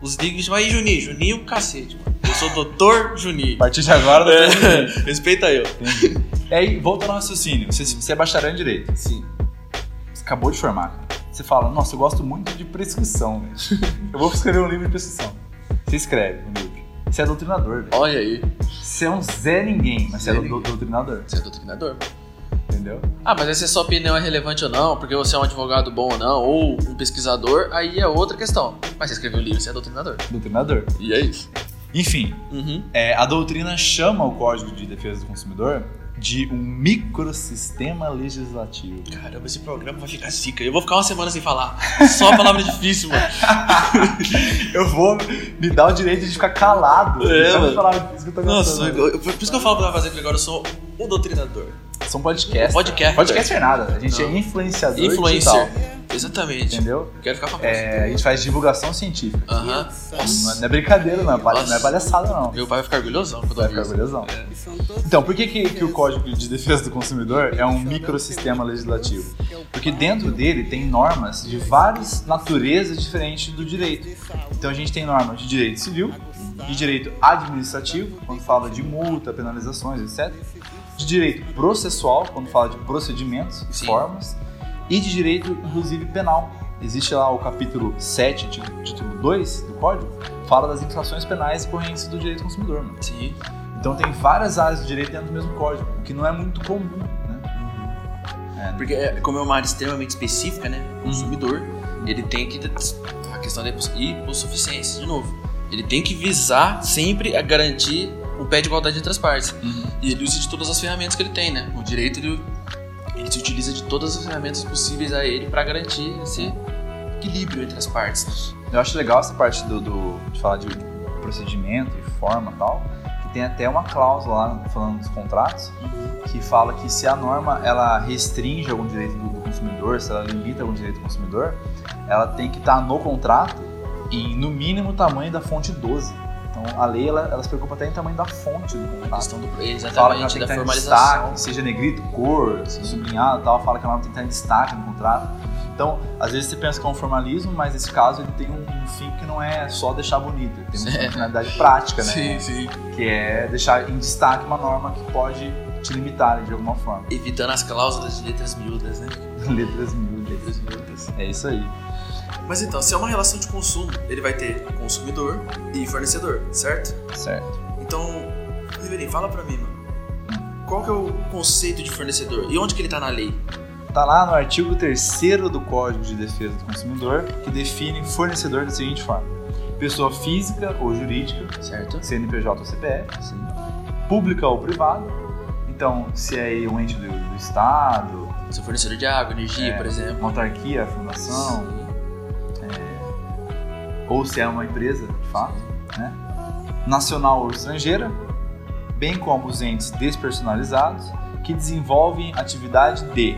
[SPEAKER 2] Os dignos. Mas aí, Juninho? Juninho, é um cacete, mano. Eu sou doutor Juninho.
[SPEAKER 1] a partir de agora,
[SPEAKER 2] É, respeita eu.
[SPEAKER 1] Entendi. E aí, voltando ao raciocínio, você, você é bacharel em direito,
[SPEAKER 2] Sim.
[SPEAKER 1] você acabou de formar, cara. Você fala, nossa, eu gosto muito de prescrição, velho. Eu vou escrever um livro de prescrição. Você escreve um livro. Você é doutrinador, velho.
[SPEAKER 2] Olha aí.
[SPEAKER 1] Você é um Zé Ninguém, mas você é
[SPEAKER 2] Zé
[SPEAKER 1] do- do- doutrinador,
[SPEAKER 2] Você é doutrinador, mano.
[SPEAKER 1] entendeu?
[SPEAKER 2] Ah, mas aí se a sua opinião é relevante ou não, porque você é um advogado bom ou não, ou um pesquisador, aí é outra questão. Mas você escreveu o livro, você é doutrinador.
[SPEAKER 1] Doutrinador.
[SPEAKER 2] E é isso.
[SPEAKER 1] Enfim,
[SPEAKER 2] Uhum.
[SPEAKER 1] é, a doutrina chama o Código de Defesa do Consumidor de um microsistema legislativo.
[SPEAKER 2] Caramba, esse programa vai ficar zica. Eu vou ficar uma semana sem falar. Só palavra é difícil, mano.
[SPEAKER 1] Eu vou me dar o direito de ficar calado.
[SPEAKER 2] É,
[SPEAKER 1] Não vai
[SPEAKER 2] mano.
[SPEAKER 1] falar isso que eu tô
[SPEAKER 2] Nossa,
[SPEAKER 1] gastando.
[SPEAKER 2] eu, eu- por isso que eu falo pra fazer que agora eu sou um doutrinador.
[SPEAKER 1] São podcasts.
[SPEAKER 2] Podcast.
[SPEAKER 1] um Podcast é nada. A gente
[SPEAKER 2] Não.
[SPEAKER 1] é influenciador
[SPEAKER 2] Influencer.
[SPEAKER 1] digital.
[SPEAKER 2] Exatamente.
[SPEAKER 1] Entendeu?
[SPEAKER 2] Quero ficar famoso.
[SPEAKER 1] É, a gente faz divulgação científica.
[SPEAKER 2] Aham.
[SPEAKER 1] Não é-
[SPEAKER 2] Nossa.
[SPEAKER 1] não é brincadeira, não é, palha-
[SPEAKER 2] Nossa.
[SPEAKER 1] não é palhaçada, não.
[SPEAKER 2] Meu pai vai ficar orgulhosão quando
[SPEAKER 1] Vai
[SPEAKER 2] eu
[SPEAKER 1] ficar
[SPEAKER 2] ver isso.
[SPEAKER 1] orgulhosão.
[SPEAKER 2] É.
[SPEAKER 1] Então, por que, que, que o Código de Defesa do Consumidor é um microsistema legislativo? Porque dentro dele tem normas de várias naturezas diferentes do direito. Então a gente tem normas de direito civil, de direito administrativo, quando fala de multa, penalizações, etc. De direito processual, quando fala de procedimentos,
[SPEAKER 2] Sim.
[SPEAKER 1] formas. E de direito, inclusive, penal. Existe lá o capítulo 7, tí- título 2 do Código, fala das infrações penais correntes do direito do consumidor. Mano.
[SPEAKER 2] Sim.
[SPEAKER 1] Então tem várias áreas do direito dentro do mesmo código, o que não é muito comum, né? É,
[SPEAKER 2] Porque é, como é uma área extremamente específica, né? O consumidor, ele tem que. A questão da hiposs- hipossuficiência, de novo. Ele tem que visar sempre a garantir o pé de igualdade entre as partes. E ele usa de todas as ferramentas que ele tem, né? O direito, ele, ele se utiliza de todas as ferramentas possíveis a ele para garantir esse equilíbrio entre as partes.
[SPEAKER 1] Eu acho legal essa parte do, do- de falar de procedimento e forma e tal, que tem até uma cláusula lá falando dos contratos, que fala que se a norma ela restringe algum direito do, do consumidor, se ela limita algum direito do consumidor, ela tem que estar no contrato e no mínimo o tamanho da fonte 12. Então a lei ela, ela se preocupa até em tamanho da fonte do
[SPEAKER 2] A
[SPEAKER 1] contrato.
[SPEAKER 2] questão do,
[SPEAKER 1] fala que ela
[SPEAKER 2] exatamente
[SPEAKER 1] tem que
[SPEAKER 2] da
[SPEAKER 1] estar em
[SPEAKER 2] formalização.
[SPEAKER 1] destaque, seja negrito, cor, sublinhado e tal, fala que ela tem que estar em destaque no contrato. Então, às vezes você pensa que é um formalismo, mas nesse caso ele tem um fim que não é só deixar bonito, ele tem uma
[SPEAKER 2] É.
[SPEAKER 1] finalidade prática, né?
[SPEAKER 2] Sim, sim.
[SPEAKER 1] Que é deixar em destaque uma norma que pode te limitar né, de alguma forma.
[SPEAKER 2] Evitando as cláusulas de letras miúdas, né?
[SPEAKER 1] Letras miúdas.
[SPEAKER 2] Letras miúdas.
[SPEAKER 1] É isso aí.
[SPEAKER 2] Mas então, se é uma relação de consumo, ele vai ter consumidor e fornecedor, certo?
[SPEAKER 1] Certo.
[SPEAKER 2] Então, Ribeirinho, fala pra mim, mano. Qual que é o conceito de fornecedor? E onde que ele tá na lei?
[SPEAKER 1] Tá lá no artigo 3 do Código de Defesa do Consumidor, que define fornecedor da seguinte forma: pessoa física ou jurídica
[SPEAKER 2] Certo.
[SPEAKER 1] CNPJ ou CPF, sim. assim, pública ou privada. Então, se é aí um ente do, do Estado,
[SPEAKER 2] Seu fornecedor de água, energia,
[SPEAKER 1] É.
[SPEAKER 2] por exemplo.
[SPEAKER 1] uma autarquia, fundação, ou se é uma empresa, de fato, né? nacional ou estrangeira, bem como os entes despersonalizados que desenvolvem atividade de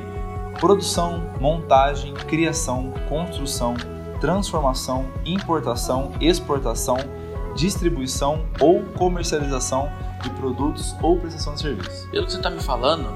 [SPEAKER 1] produção, montagem, criação, construção, transformação, importação, exportação, distribuição ou comercialização de produtos ou prestação de serviços.
[SPEAKER 2] Pelo que você tá me falando,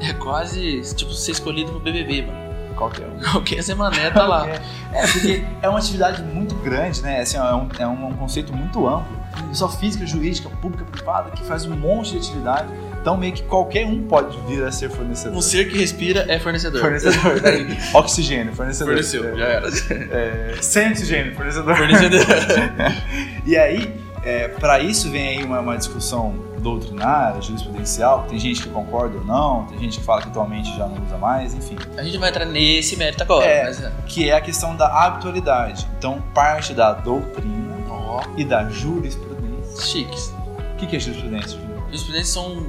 [SPEAKER 2] é quase tipo ser escolhido pro BBB, mano.
[SPEAKER 1] Qualquer um.
[SPEAKER 2] Qualquer semané tá lá.
[SPEAKER 1] É, porque é uma atividade muito grande, né? Assim, ó, é, um, é um conceito muito amplo. Só física, jurídica, pública, privada, que faz um monte de atividade. Então, meio que qualquer um pode vir a ser fornecedor.
[SPEAKER 2] Um ser que respira é fornecedor.
[SPEAKER 1] Fornecedor, daí. Oxigênio, fornecedor.
[SPEAKER 2] Forneceu, já era.
[SPEAKER 1] É, sem oxigênio, fornecedor.
[SPEAKER 2] Fornecedor.
[SPEAKER 1] E aí, é, para isso vem aí uma, uma discussão doutrinária, jurisprudencial, que tem gente que concorda ou não, tem gente que fala que atualmente já não usa mais, enfim.
[SPEAKER 2] A gente não vai entrar nesse mérito agora,
[SPEAKER 1] É.
[SPEAKER 2] mas. é.
[SPEAKER 1] Que é a questão da habitualidade. Então, parte da doutrina
[SPEAKER 2] Ó,
[SPEAKER 1] e da jurisprudência.
[SPEAKER 2] é, chiques.
[SPEAKER 1] O que, que é jurisprudência? Júlio?
[SPEAKER 2] Jurisprudentes são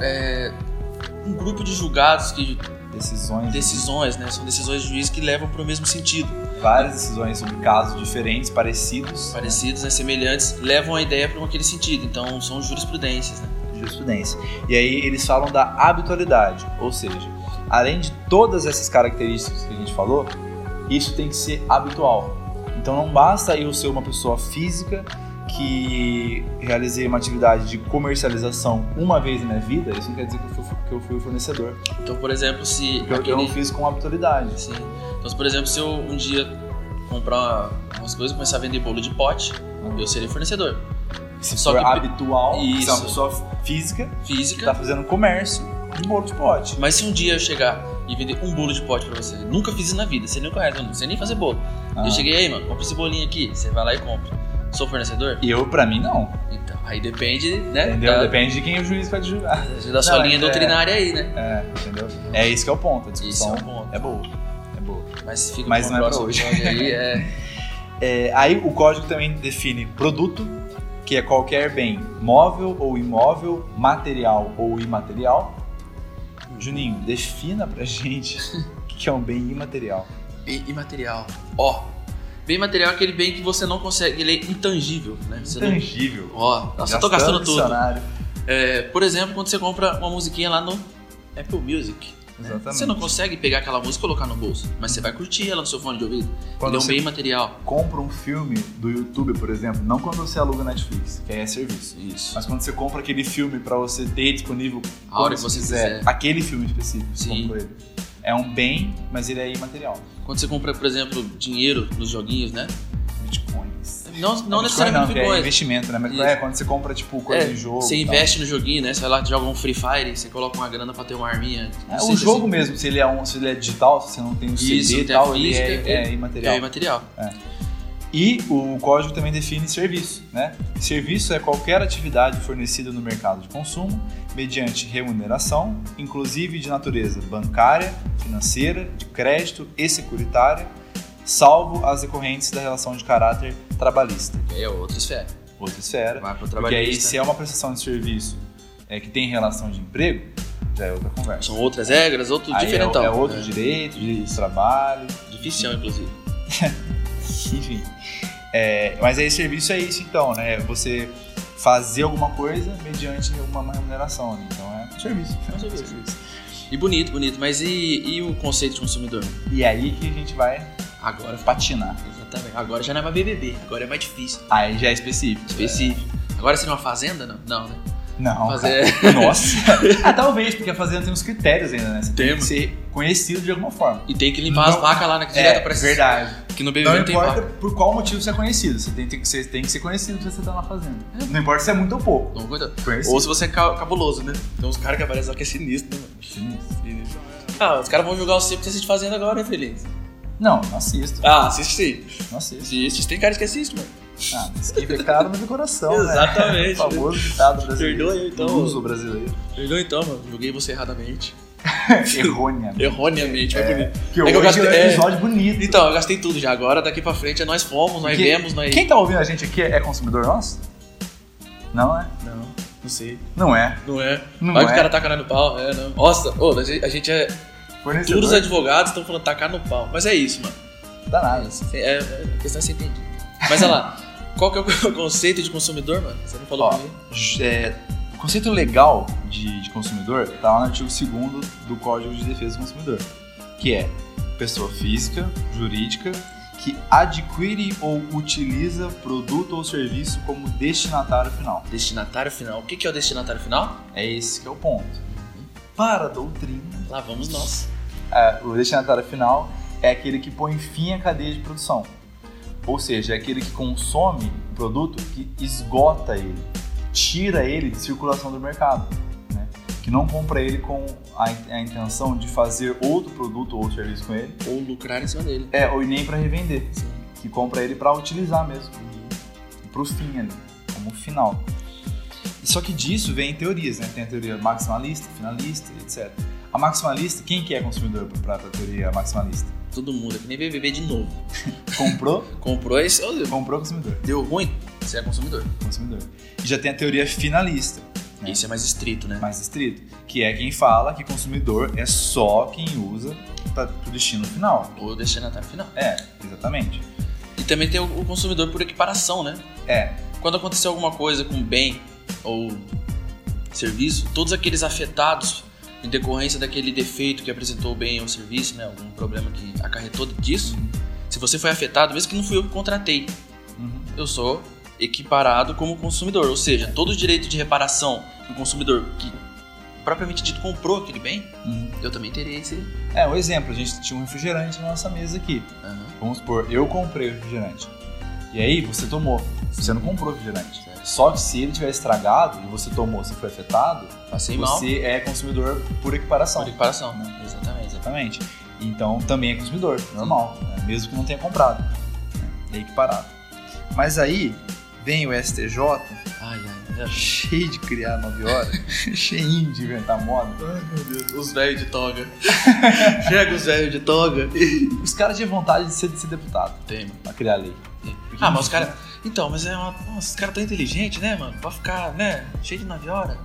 [SPEAKER 2] é, um grupo de julgados que
[SPEAKER 1] Decisões,
[SPEAKER 2] decisões, né? São decisões de juiz que levam para o mesmo sentido.
[SPEAKER 1] várias decisões sobre casos diferentes, parecidos.
[SPEAKER 2] Parecidos, né? semelhantes, levam a ideia para aquele sentido. Então são jurisprudências, né?
[SPEAKER 1] jurisprudência. E aí eles falam da habitualidade, ou seja, além de todas essas características que a gente falou, isso tem que ser habitual. Então não basta eu ser uma pessoa física que realizei uma atividade de comercialização uma vez na minha vida, isso não quer dizer que eu fui, que eu fui o fornecedor.
[SPEAKER 2] Então, por exemplo, se
[SPEAKER 1] Porque eu- um eu não fiz com habitualidade.
[SPEAKER 2] Sim. Então, se, por exemplo, se eu um dia comprar uma- umas coisas e começar a vender bolo de pote,
[SPEAKER 1] Uhum.
[SPEAKER 2] eu serei fornecedor.
[SPEAKER 1] Se
[SPEAKER 2] Só
[SPEAKER 1] for
[SPEAKER 2] que-
[SPEAKER 1] habitual, se é uma
[SPEAKER 2] Isso.
[SPEAKER 1] pessoa física que
[SPEAKER 2] Física.
[SPEAKER 1] está fazendo comércio de bolo de pote.
[SPEAKER 2] Mas se um dia eu chegar e vender um bolo de pote pra você, nunca fiz isso na vida, você nem conhece, eu não sei nem fazer bolo.
[SPEAKER 1] Ah.
[SPEAKER 2] Eu cheguei aí, mano, compra esse bolinho aqui, você vai lá e compra. Sou fornecedor?
[SPEAKER 1] Eu, pra mim, não.
[SPEAKER 2] Então, aí depende, né?
[SPEAKER 1] Entendeu?
[SPEAKER 2] Da,
[SPEAKER 1] Depende de quem o juiz vai julgar.
[SPEAKER 2] da sua
[SPEAKER 1] Não,
[SPEAKER 2] linha
[SPEAKER 1] é-
[SPEAKER 2] doutrinária aí, né?
[SPEAKER 1] É, entendeu? É esse que é o ponto, a
[SPEAKER 2] Isso é
[SPEAKER 1] discussão
[SPEAKER 2] um ponto.
[SPEAKER 1] é boa. É boa.
[SPEAKER 2] Mas fica
[SPEAKER 1] Mas
[SPEAKER 2] pro
[SPEAKER 1] não é pra
[SPEAKER 2] próximo
[SPEAKER 1] hoje.
[SPEAKER 2] episódio aí, é
[SPEAKER 1] É, aí o código também define produto, que é qualquer bem móvel ou imóvel, material ou imaterial. Juninho, defina pra gente o que que é um bem imaterial.
[SPEAKER 2] bem imaterial. Ó, bem material é aquele bem que você não consegue, ele é intangível, né? Você não-
[SPEAKER 1] Tangível.
[SPEAKER 2] Ó, nossa, eu tô
[SPEAKER 1] Gastando né?
[SPEAKER 2] gastando tudo.
[SPEAKER 1] dicionário.
[SPEAKER 2] É, por exemplo, quando você compra uma musiquinha lá no Apple Music. né?
[SPEAKER 1] Exatamente.
[SPEAKER 2] Você não consegue pegar aquela música e colocar no bolso, mas você vai curtir ela no seu fone de ouvido.
[SPEAKER 1] Quando
[SPEAKER 2] ele é um
[SPEAKER 1] você-
[SPEAKER 2] bem material.
[SPEAKER 1] Compra um filme do YouTube, por exemplo, não quando você aluga Netflix, que aí é serviço.
[SPEAKER 2] Isso.
[SPEAKER 1] Mas quando você compra aquele filme pra você ter disponível
[SPEAKER 2] A hora
[SPEAKER 1] quando
[SPEAKER 2] que você quiser.
[SPEAKER 1] Aquele filme específico, você
[SPEAKER 2] Sim.
[SPEAKER 1] comprou ele. É um bem, mas ele é imaterial.
[SPEAKER 2] Quando você compra, por exemplo, dinheiro nos joguinhos, né?
[SPEAKER 1] Bitcoins.
[SPEAKER 2] Não, não
[SPEAKER 1] Bitcoin
[SPEAKER 2] necessariamente
[SPEAKER 1] não, que é
[SPEAKER 2] bitcoin.
[SPEAKER 1] investimento, né? Mas
[SPEAKER 2] Isso.
[SPEAKER 1] é quando você compra, tipo, coisa
[SPEAKER 2] É,
[SPEAKER 1] de jogo.
[SPEAKER 2] você
[SPEAKER 1] e tal.
[SPEAKER 2] investe no joguinho, né? Você vai lá, joga um Free Fire, você coloca uma grana pra ter uma arminha.
[SPEAKER 1] É,
[SPEAKER 2] Não
[SPEAKER 1] o
[SPEAKER 2] sei se
[SPEAKER 1] jogo mesmo, se ele, é um, se ele é digital, se você não tem o CD
[SPEAKER 2] assim. Isso,
[SPEAKER 1] e
[SPEAKER 2] tem a
[SPEAKER 1] tal, ele
[SPEAKER 2] física,
[SPEAKER 1] é,
[SPEAKER 2] tudo.
[SPEAKER 1] é
[SPEAKER 2] assim, é
[SPEAKER 1] imaterial.
[SPEAKER 2] material.
[SPEAKER 1] E o código também define serviço, né? Serviço é qualquer atividade fornecida no mercado de consumo mediante remuneração, inclusive de natureza bancária, financeira, de crédito e securitária, salvo as decorrentes da relação de caráter trabalhista.
[SPEAKER 2] Que aí é outra esfera.
[SPEAKER 1] Outra esfera.
[SPEAKER 2] Vai pro
[SPEAKER 1] Porque aí, se
[SPEAKER 2] trabalhista.
[SPEAKER 1] é uma prestação de serviço é, que tem relação de emprego, já é outra conversa.
[SPEAKER 2] São outras regras, outro
[SPEAKER 1] Aí é,
[SPEAKER 2] diferentão.
[SPEAKER 1] é outro
[SPEAKER 2] né?
[SPEAKER 1] direito, direito de trabalho,
[SPEAKER 2] Difícil, inclusive.
[SPEAKER 1] enfim. É, mas aí, serviço é isso, então, né? Você fazer alguma coisa mediante uma remuneração. Né? Então, é serviço.
[SPEAKER 2] É um serviço. E bonito, bonito. Mas e, e o conceito de consumidor?
[SPEAKER 1] E aí que a gente vai
[SPEAKER 2] Agora
[SPEAKER 1] patinar.
[SPEAKER 2] Exatamente. Agora já não é mais BBB, agora é mais difícil.
[SPEAKER 1] Aí já é específico.
[SPEAKER 2] Específico. Agora seria uma fazenda, não? Não, né?
[SPEAKER 1] Não,
[SPEAKER 2] Fazer-
[SPEAKER 1] cara. Nossa. ah, talvez, porque a fazenda tem uns critérios ainda, né? Você tem que
[SPEAKER 2] Temos.
[SPEAKER 1] ser conhecido de alguma forma.
[SPEAKER 2] E tem que limpar as
[SPEAKER 1] Não. É,
[SPEAKER 2] vacas lá, né? Direto pra
[SPEAKER 1] verdade.
[SPEAKER 2] Que no BBB
[SPEAKER 1] Não
[SPEAKER 2] não, tem
[SPEAKER 1] importa
[SPEAKER 2] vaca.
[SPEAKER 1] por qual motivo você é conhecido, você tem, tem que, ser, tem que ser conhecido pra você estar lá fazendo. Não importa se é muito ou pouco.
[SPEAKER 2] Não conta.
[SPEAKER 1] Conhecido.
[SPEAKER 2] Ou se você é ca- cabuloso, né? Tem uns caras que aparecem lá que é sinistro, né? mano?
[SPEAKER 1] Sim.
[SPEAKER 2] Sinistro. Ah, os caras vão julgar você porque você assiste fazenda agora, né, Feliz?
[SPEAKER 1] Não, não assisto.
[SPEAKER 2] Ah, assiste sim.
[SPEAKER 1] Não assisto.
[SPEAKER 2] Assiste. Tem caras que assistem, mano.
[SPEAKER 1] Ah, mas quem pecado no
[SPEAKER 2] Então,
[SPEAKER 1] coração.
[SPEAKER 2] é.
[SPEAKER 1] né?
[SPEAKER 2] Exatamente.
[SPEAKER 1] O famoso ditado brasileiro.
[SPEAKER 2] Perdoa eu, então.
[SPEAKER 1] Uso brasileiro.
[SPEAKER 2] Perdoa então, mano. Julguei você erradamente.
[SPEAKER 1] Errônea.
[SPEAKER 2] Erroneamente, mas bonito.
[SPEAKER 1] Que
[SPEAKER 2] que
[SPEAKER 1] hoje
[SPEAKER 2] eu gastei-
[SPEAKER 1] é um
[SPEAKER 2] é.
[SPEAKER 1] episódio bonito.
[SPEAKER 2] Então, eu gastei tudo já. Agora, daqui pra frente, é nós fomos, nós
[SPEAKER 1] Que-
[SPEAKER 2] vemos, nós.
[SPEAKER 1] Quem tá ouvindo a gente aqui é consumidor nosso? Não é?
[SPEAKER 2] Não, não sei.
[SPEAKER 1] Não é.
[SPEAKER 2] Não é.
[SPEAKER 1] Não
[SPEAKER 2] Vai
[SPEAKER 1] é.
[SPEAKER 2] que o cara taca no pau. É, não. Nossa, ô, a gente- a gente é.
[SPEAKER 1] Fornecedor.
[SPEAKER 2] Todos os advogados estão falando tacar no pau. Mas é isso, mano.
[SPEAKER 1] Danado.
[SPEAKER 2] É, é questão de ser entendido. Mas olha lá, qual que é o conceito de consumidor, mano? Você não falou
[SPEAKER 1] Ó.
[SPEAKER 2] pra mim?
[SPEAKER 1] É, o conceito legal de, de consumidor tá lá no artigo 2 do Código de Defesa do Consumidor, que é pessoa física, jurídica que adquire ou utiliza produto ou serviço como destinatário final.
[SPEAKER 2] Destinatário final. O que que é o destinatário final?
[SPEAKER 1] É esse que é o ponto. Para a doutrina,
[SPEAKER 2] Lá vamos nós.
[SPEAKER 1] é, o destinatário final é aquele que põe fim à cadeia de produção. Ou seja, é aquele que consome o produto que esgota ele, tira ele de circulação do mercado. né? Que não compra ele com a, in- a intenção de fazer outro produto ou serviço com ele,
[SPEAKER 2] Ou lucrar em cima dele.
[SPEAKER 1] é, ou nem para revender.
[SPEAKER 2] Sim.
[SPEAKER 1] que compra ele para utilizar mesmo, pro fim ali, como final. E Só que disso vem teorias, né? Tem a teoria maximalista, finalista, etc. A maximalista, quem que é consumidor para a teoria maximalista?
[SPEAKER 2] Todo mundo. É que nem BBB de novo.
[SPEAKER 1] Comprou,
[SPEAKER 2] Comprou esse. ô, Deus,
[SPEAKER 1] comprou consumidor,
[SPEAKER 2] Deu ruim? Você é consumidor.
[SPEAKER 1] consumidor. E já tem a teoria finalista, É.
[SPEAKER 2] Esse é mais estrito, né?
[SPEAKER 1] mais estrito, que é quem fala que consumidor é só quem usa para o destino final.
[SPEAKER 2] Ou destinatário final.
[SPEAKER 1] É, exatamente.
[SPEAKER 2] E também tem o o consumidor por equiparação, né?
[SPEAKER 1] É.
[SPEAKER 2] Quando aconteceu alguma coisa com bem ou serviço, todos aqueles afetados em decorrência daquele defeito que apresentou o bem ou serviço, né? Algum problema que acarretou disso. Se você foi afetado, mesmo que não fui eu que contratei,
[SPEAKER 1] Uhum.
[SPEAKER 2] eu sou equiparado como consumidor. Ou seja, todo o direito de reparação do consumidor que propriamente dito comprou aquele bem,
[SPEAKER 1] Uhum.
[SPEAKER 2] eu também terei esse.
[SPEAKER 1] É, um exemplo, a gente tinha um refrigerante na nossa mesa aqui.
[SPEAKER 2] Aham.
[SPEAKER 1] Vamos supor, eu comprei o refrigerante. E aí você tomou. Você não comprou o refrigerante.
[SPEAKER 2] Certo.
[SPEAKER 1] Só que se ele tiver estragado e você tomou, você foi afetado,
[SPEAKER 2] Passei mal
[SPEAKER 1] você é consumidor por equiparação.
[SPEAKER 2] por equiparação, né? Exatamente. exatamente.
[SPEAKER 1] Exatamente. Então também é consumidor, normal, né? mesmo que não tenha comprado. né? É equiparado. Mas aí vem o STJ,
[SPEAKER 2] Ai, ai, ai.
[SPEAKER 1] tá cheio de criar 9 horas, cheio de inventar moda.
[SPEAKER 2] Ai, meu Deus, os velhos de toga. Chega os velhos de toga.
[SPEAKER 1] Os caras tinham vontade de ser, de ser deputado
[SPEAKER 2] Tem, mano.
[SPEAKER 1] pra criar lei.
[SPEAKER 2] Ah, mas os caras. Então, mas é uma. Nossa, os caras tão inteligentes, né, mano? Pra ficar, né? Cheio de nove horas.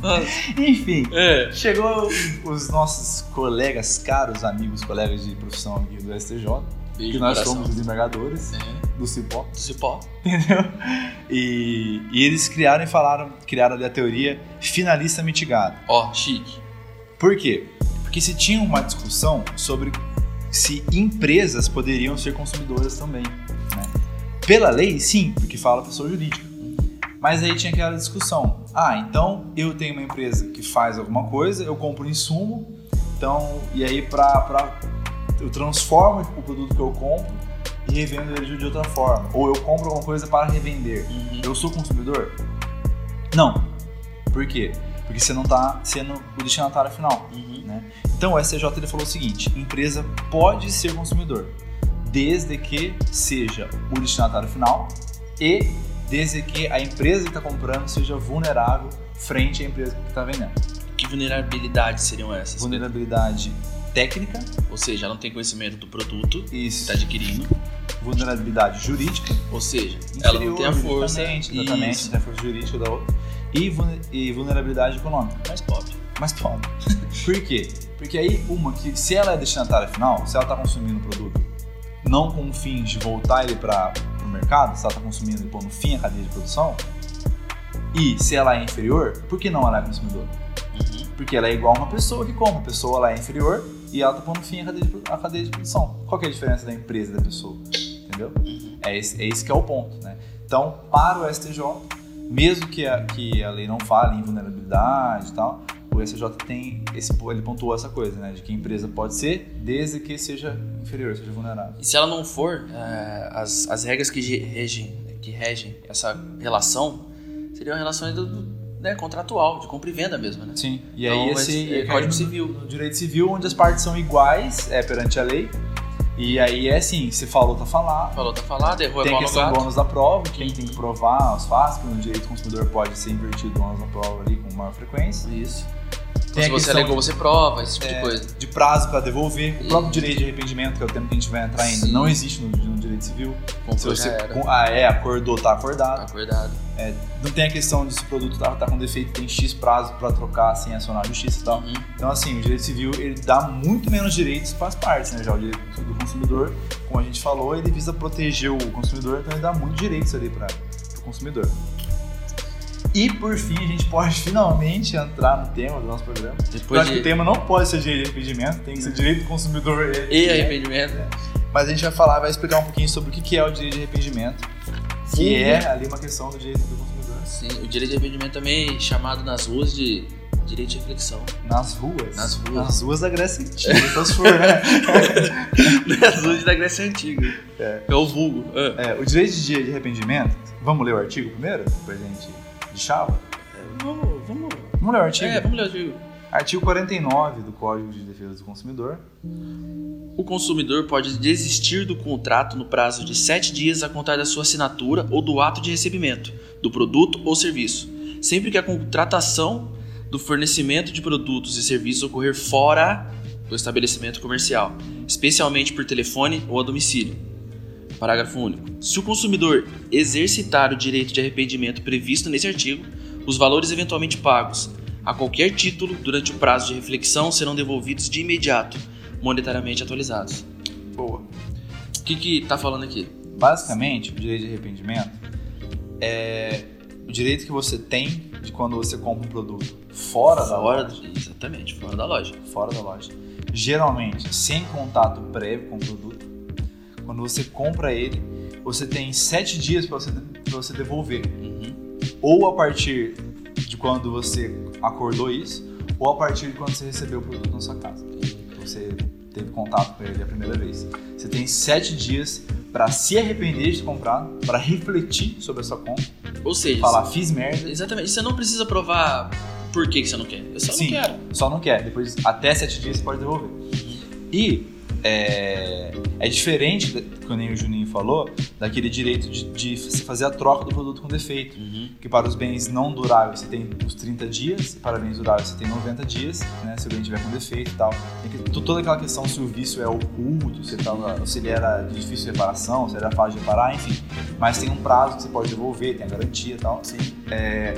[SPEAKER 2] Nossa.
[SPEAKER 1] Enfim,
[SPEAKER 2] É.
[SPEAKER 1] Chegou os nossos colegas, caros amigos, colegas de profissão aqui do STJ,
[SPEAKER 2] Beijo
[SPEAKER 1] que
[SPEAKER 2] no
[SPEAKER 1] nós
[SPEAKER 2] coração.
[SPEAKER 1] somos os embargadores
[SPEAKER 2] É.
[SPEAKER 1] do Cipó,
[SPEAKER 2] Do cipó.
[SPEAKER 1] entendeu? E, e eles criaram e falaram, criaram ali a teoria finalista mitigado.
[SPEAKER 2] Ó, chique.
[SPEAKER 1] Por quê? Porque se tinha uma discussão sobre se empresas poderiam ser consumidoras também. né? Pela lei, sim, porque fala pessoa jurídica. Mas aí tinha aquela discussão. Ah, então eu tenho uma empresa que faz alguma coisa, eu compro um insumo, então, e aí pra, pra, eu transformo o produto que eu compro e revendo ele de outra forma. Ou eu compro alguma coisa para revender.
[SPEAKER 2] Uhum.
[SPEAKER 1] Eu sou consumidor? Não. Por quê? Porque você não está sendo o destinatário final.
[SPEAKER 2] Uhum.
[SPEAKER 1] Então o STJ ele falou o seguinte: empresa pode ser consumidor, desde que seja o destinatário final e desde que a empresa que está comprando seja vulnerável frente à empresa que está vendendo.
[SPEAKER 2] Que vulnerabilidades seriam essas?
[SPEAKER 1] Vulnerabilidade técnica,
[SPEAKER 2] Ou seja, ela não tem conhecimento do produto que
[SPEAKER 1] isso.
[SPEAKER 2] tá adquirindo.
[SPEAKER 1] Vulnerabilidade jurídica,
[SPEAKER 2] Ou seja, ela não tem a
[SPEAKER 1] inferior,
[SPEAKER 2] força.
[SPEAKER 1] exatamente, exatamente,
[SPEAKER 2] Isso.
[SPEAKER 1] não tem a força jurídica da outra, e vulne- e vulnerabilidade econômica.
[SPEAKER 2] Mais pobre.
[SPEAKER 1] Mas toma. Por quê? Porque aí, uma, que se ela é destinatária final, se ela está consumindo o produto, não com fins de voltar ele para o mercado, se ela está consumindo e pondo fim à cadeia de produção, e se ela é inferior, por que não ela é consumidora?
[SPEAKER 2] Uhum.
[SPEAKER 1] Porque ela é igual a uma pessoa que compra. A pessoa ela é inferior e ela está pondo fim à cadeia, de, pro- à cadeia de produção. Qual que é a diferença da empresa e da pessoa? Entendeu? É esse, é esse que é o ponto, né? Então, para o STJ, mesmo que a, que a lei não fale em vulnerabilidade e tal, o STJ tem esse, po- ele pontuou essa coisa, né? De que a empresa pode ser desde que seja inferior, seja vulnerável.
[SPEAKER 2] E se ela não for, eh, as, as regras que ge- regem, que regem essa relação seriam relações do, do, né, contratual, de compra e venda mesmo, né?
[SPEAKER 1] Sim. E
[SPEAKER 2] Então,
[SPEAKER 1] aí
[SPEAKER 2] esse
[SPEAKER 1] esse
[SPEAKER 2] é
[SPEAKER 1] cai
[SPEAKER 2] Código
[SPEAKER 1] no-
[SPEAKER 2] Civil.
[SPEAKER 1] No direito civil, onde as partes são iguais é, perante a lei. E aí é assim, se falou, tá falado.
[SPEAKER 2] Falou, tá falado, errou, é
[SPEAKER 1] Tem a
[SPEAKER 2] bola no
[SPEAKER 1] questão
[SPEAKER 2] gato.
[SPEAKER 1] do ônus da prova, que quem tem que provar os fatos, que no direito do consumidor pode ser invertido o ônus da prova ali com maior frequência.
[SPEAKER 2] Isso. Então,
[SPEAKER 1] Tem
[SPEAKER 2] se
[SPEAKER 1] a
[SPEAKER 2] você
[SPEAKER 1] questão É,
[SPEAKER 2] alegou, você prova, esse tipo de coisa.
[SPEAKER 1] de prazo para devolver. O
[SPEAKER 2] E-
[SPEAKER 1] próprio direito de arrependimento, que é o tema que a gente vai entrar ainda,
[SPEAKER 2] Sim.
[SPEAKER 1] não existe no, no direito civil. Se
[SPEAKER 2] Comprou,
[SPEAKER 1] você
[SPEAKER 2] já era.
[SPEAKER 1] com- ah, é, acordou, tá acordado. É,
[SPEAKER 2] Acordado.
[SPEAKER 1] Não tem a questão de se o produto tá, tá com defeito, tem X prazo para trocar sem acionar a justiça e tal.
[SPEAKER 2] Uhum.
[SPEAKER 1] Então, assim, o direito civil ele dá muito menos direitos para as partes, né? Já o direito do consumidor, como a gente falou, ele visa proteger o consumidor, então ele dá muito direitos ali para o consumidor. E por fim, a gente pode finalmente entrar no tema do nosso programa. Eu
[SPEAKER 2] Depois
[SPEAKER 1] acho que o
[SPEAKER 2] de...
[SPEAKER 1] tema não pode ser direito de arrependimento, tem que ser direito do consumidor
[SPEAKER 2] E arrependimento.
[SPEAKER 1] Mas a gente vai falar, vai explicar um pouquinho sobre o que que é o direito de arrependimento, que
[SPEAKER 2] Sim.
[SPEAKER 1] é ali uma questão do direito do consumidor.
[SPEAKER 2] Sim, o direito de arrependimento também é chamado nas ruas de direito de reflexão.
[SPEAKER 1] assim, Nas ruas?
[SPEAKER 2] Nas ruas.
[SPEAKER 1] Nas ruas da Grécia Antiga, então se for, né?
[SPEAKER 2] nas ruas da Grécia Antiga.
[SPEAKER 1] É.
[SPEAKER 2] o vulgo. Ah.
[SPEAKER 1] É, o direito de dia de arrependimento, vamos ler o artigo primeiro? Pra gente de chava?
[SPEAKER 2] É, Vamos, vamos.
[SPEAKER 1] Vamos ler o artigo?
[SPEAKER 2] É, vamos ler o artigo.
[SPEAKER 1] Artigo 49 do Código de Defesa do Consumidor.
[SPEAKER 2] O consumidor pode desistir do contrato no prazo de sete dias a contar da sua assinatura ou do ato de recebimento do produto ou serviço, sempre que a contratação do fornecimento de produtos e serviços ocorrer fora do estabelecimento comercial, especialmente por telefone ou a domicílio. Parágrafo único. Se o consumidor exercitar o direito de arrependimento previsto nesse artigo, os valores eventualmente pagos a qualquer título durante o prazo de reflexão serão devolvidos de imediato, monetariamente atualizados.
[SPEAKER 1] Boa.
[SPEAKER 2] O que que tá falando aqui?
[SPEAKER 1] Basicamente, o direito de arrependimento é o direito que você tem de quando você compra um produto fora, da
[SPEAKER 2] Fora
[SPEAKER 1] loja.
[SPEAKER 2] do- Exatamente, fora da loja.
[SPEAKER 1] Fora da loja. Geralmente, sem contato prévio com o produto, quando você compra ele, você tem sete dias para você, pra você devolver.
[SPEAKER 2] Uhum.
[SPEAKER 1] Ou a partir de quando você acordou isso, ou a partir de quando você recebeu o produto na sua casa. Então, Você teve contato com ele a primeira vez. Você tem sete dias para se arrepender de comprar, para refletir sobre a sua compra,
[SPEAKER 2] Ou seja,
[SPEAKER 1] falar fiz merda,
[SPEAKER 2] exatamente. Você não precisa provar por que, que você não quer. Eu só
[SPEAKER 1] Sim.
[SPEAKER 2] não quero.
[SPEAKER 1] só não quer. Depois até sete dias você pode devolver. E é, é diferente, da- que nem o Juninho falou, daquele direito de, de se fazer a troca do produto com defeito.
[SPEAKER 2] Uhum.
[SPEAKER 1] que para os bens não duráveis você tem os 30 dias, e para bens duráveis você tem 90 dias, né? Se o bem tiver com defeito e tal. Tem que- to- toda aquela questão se o vício é oculto, se, tava, se ele era de difícil reparação, se ele era fácil de reparar, enfim. Mas tem um prazo que você pode devolver, tem a garantia e tal. É,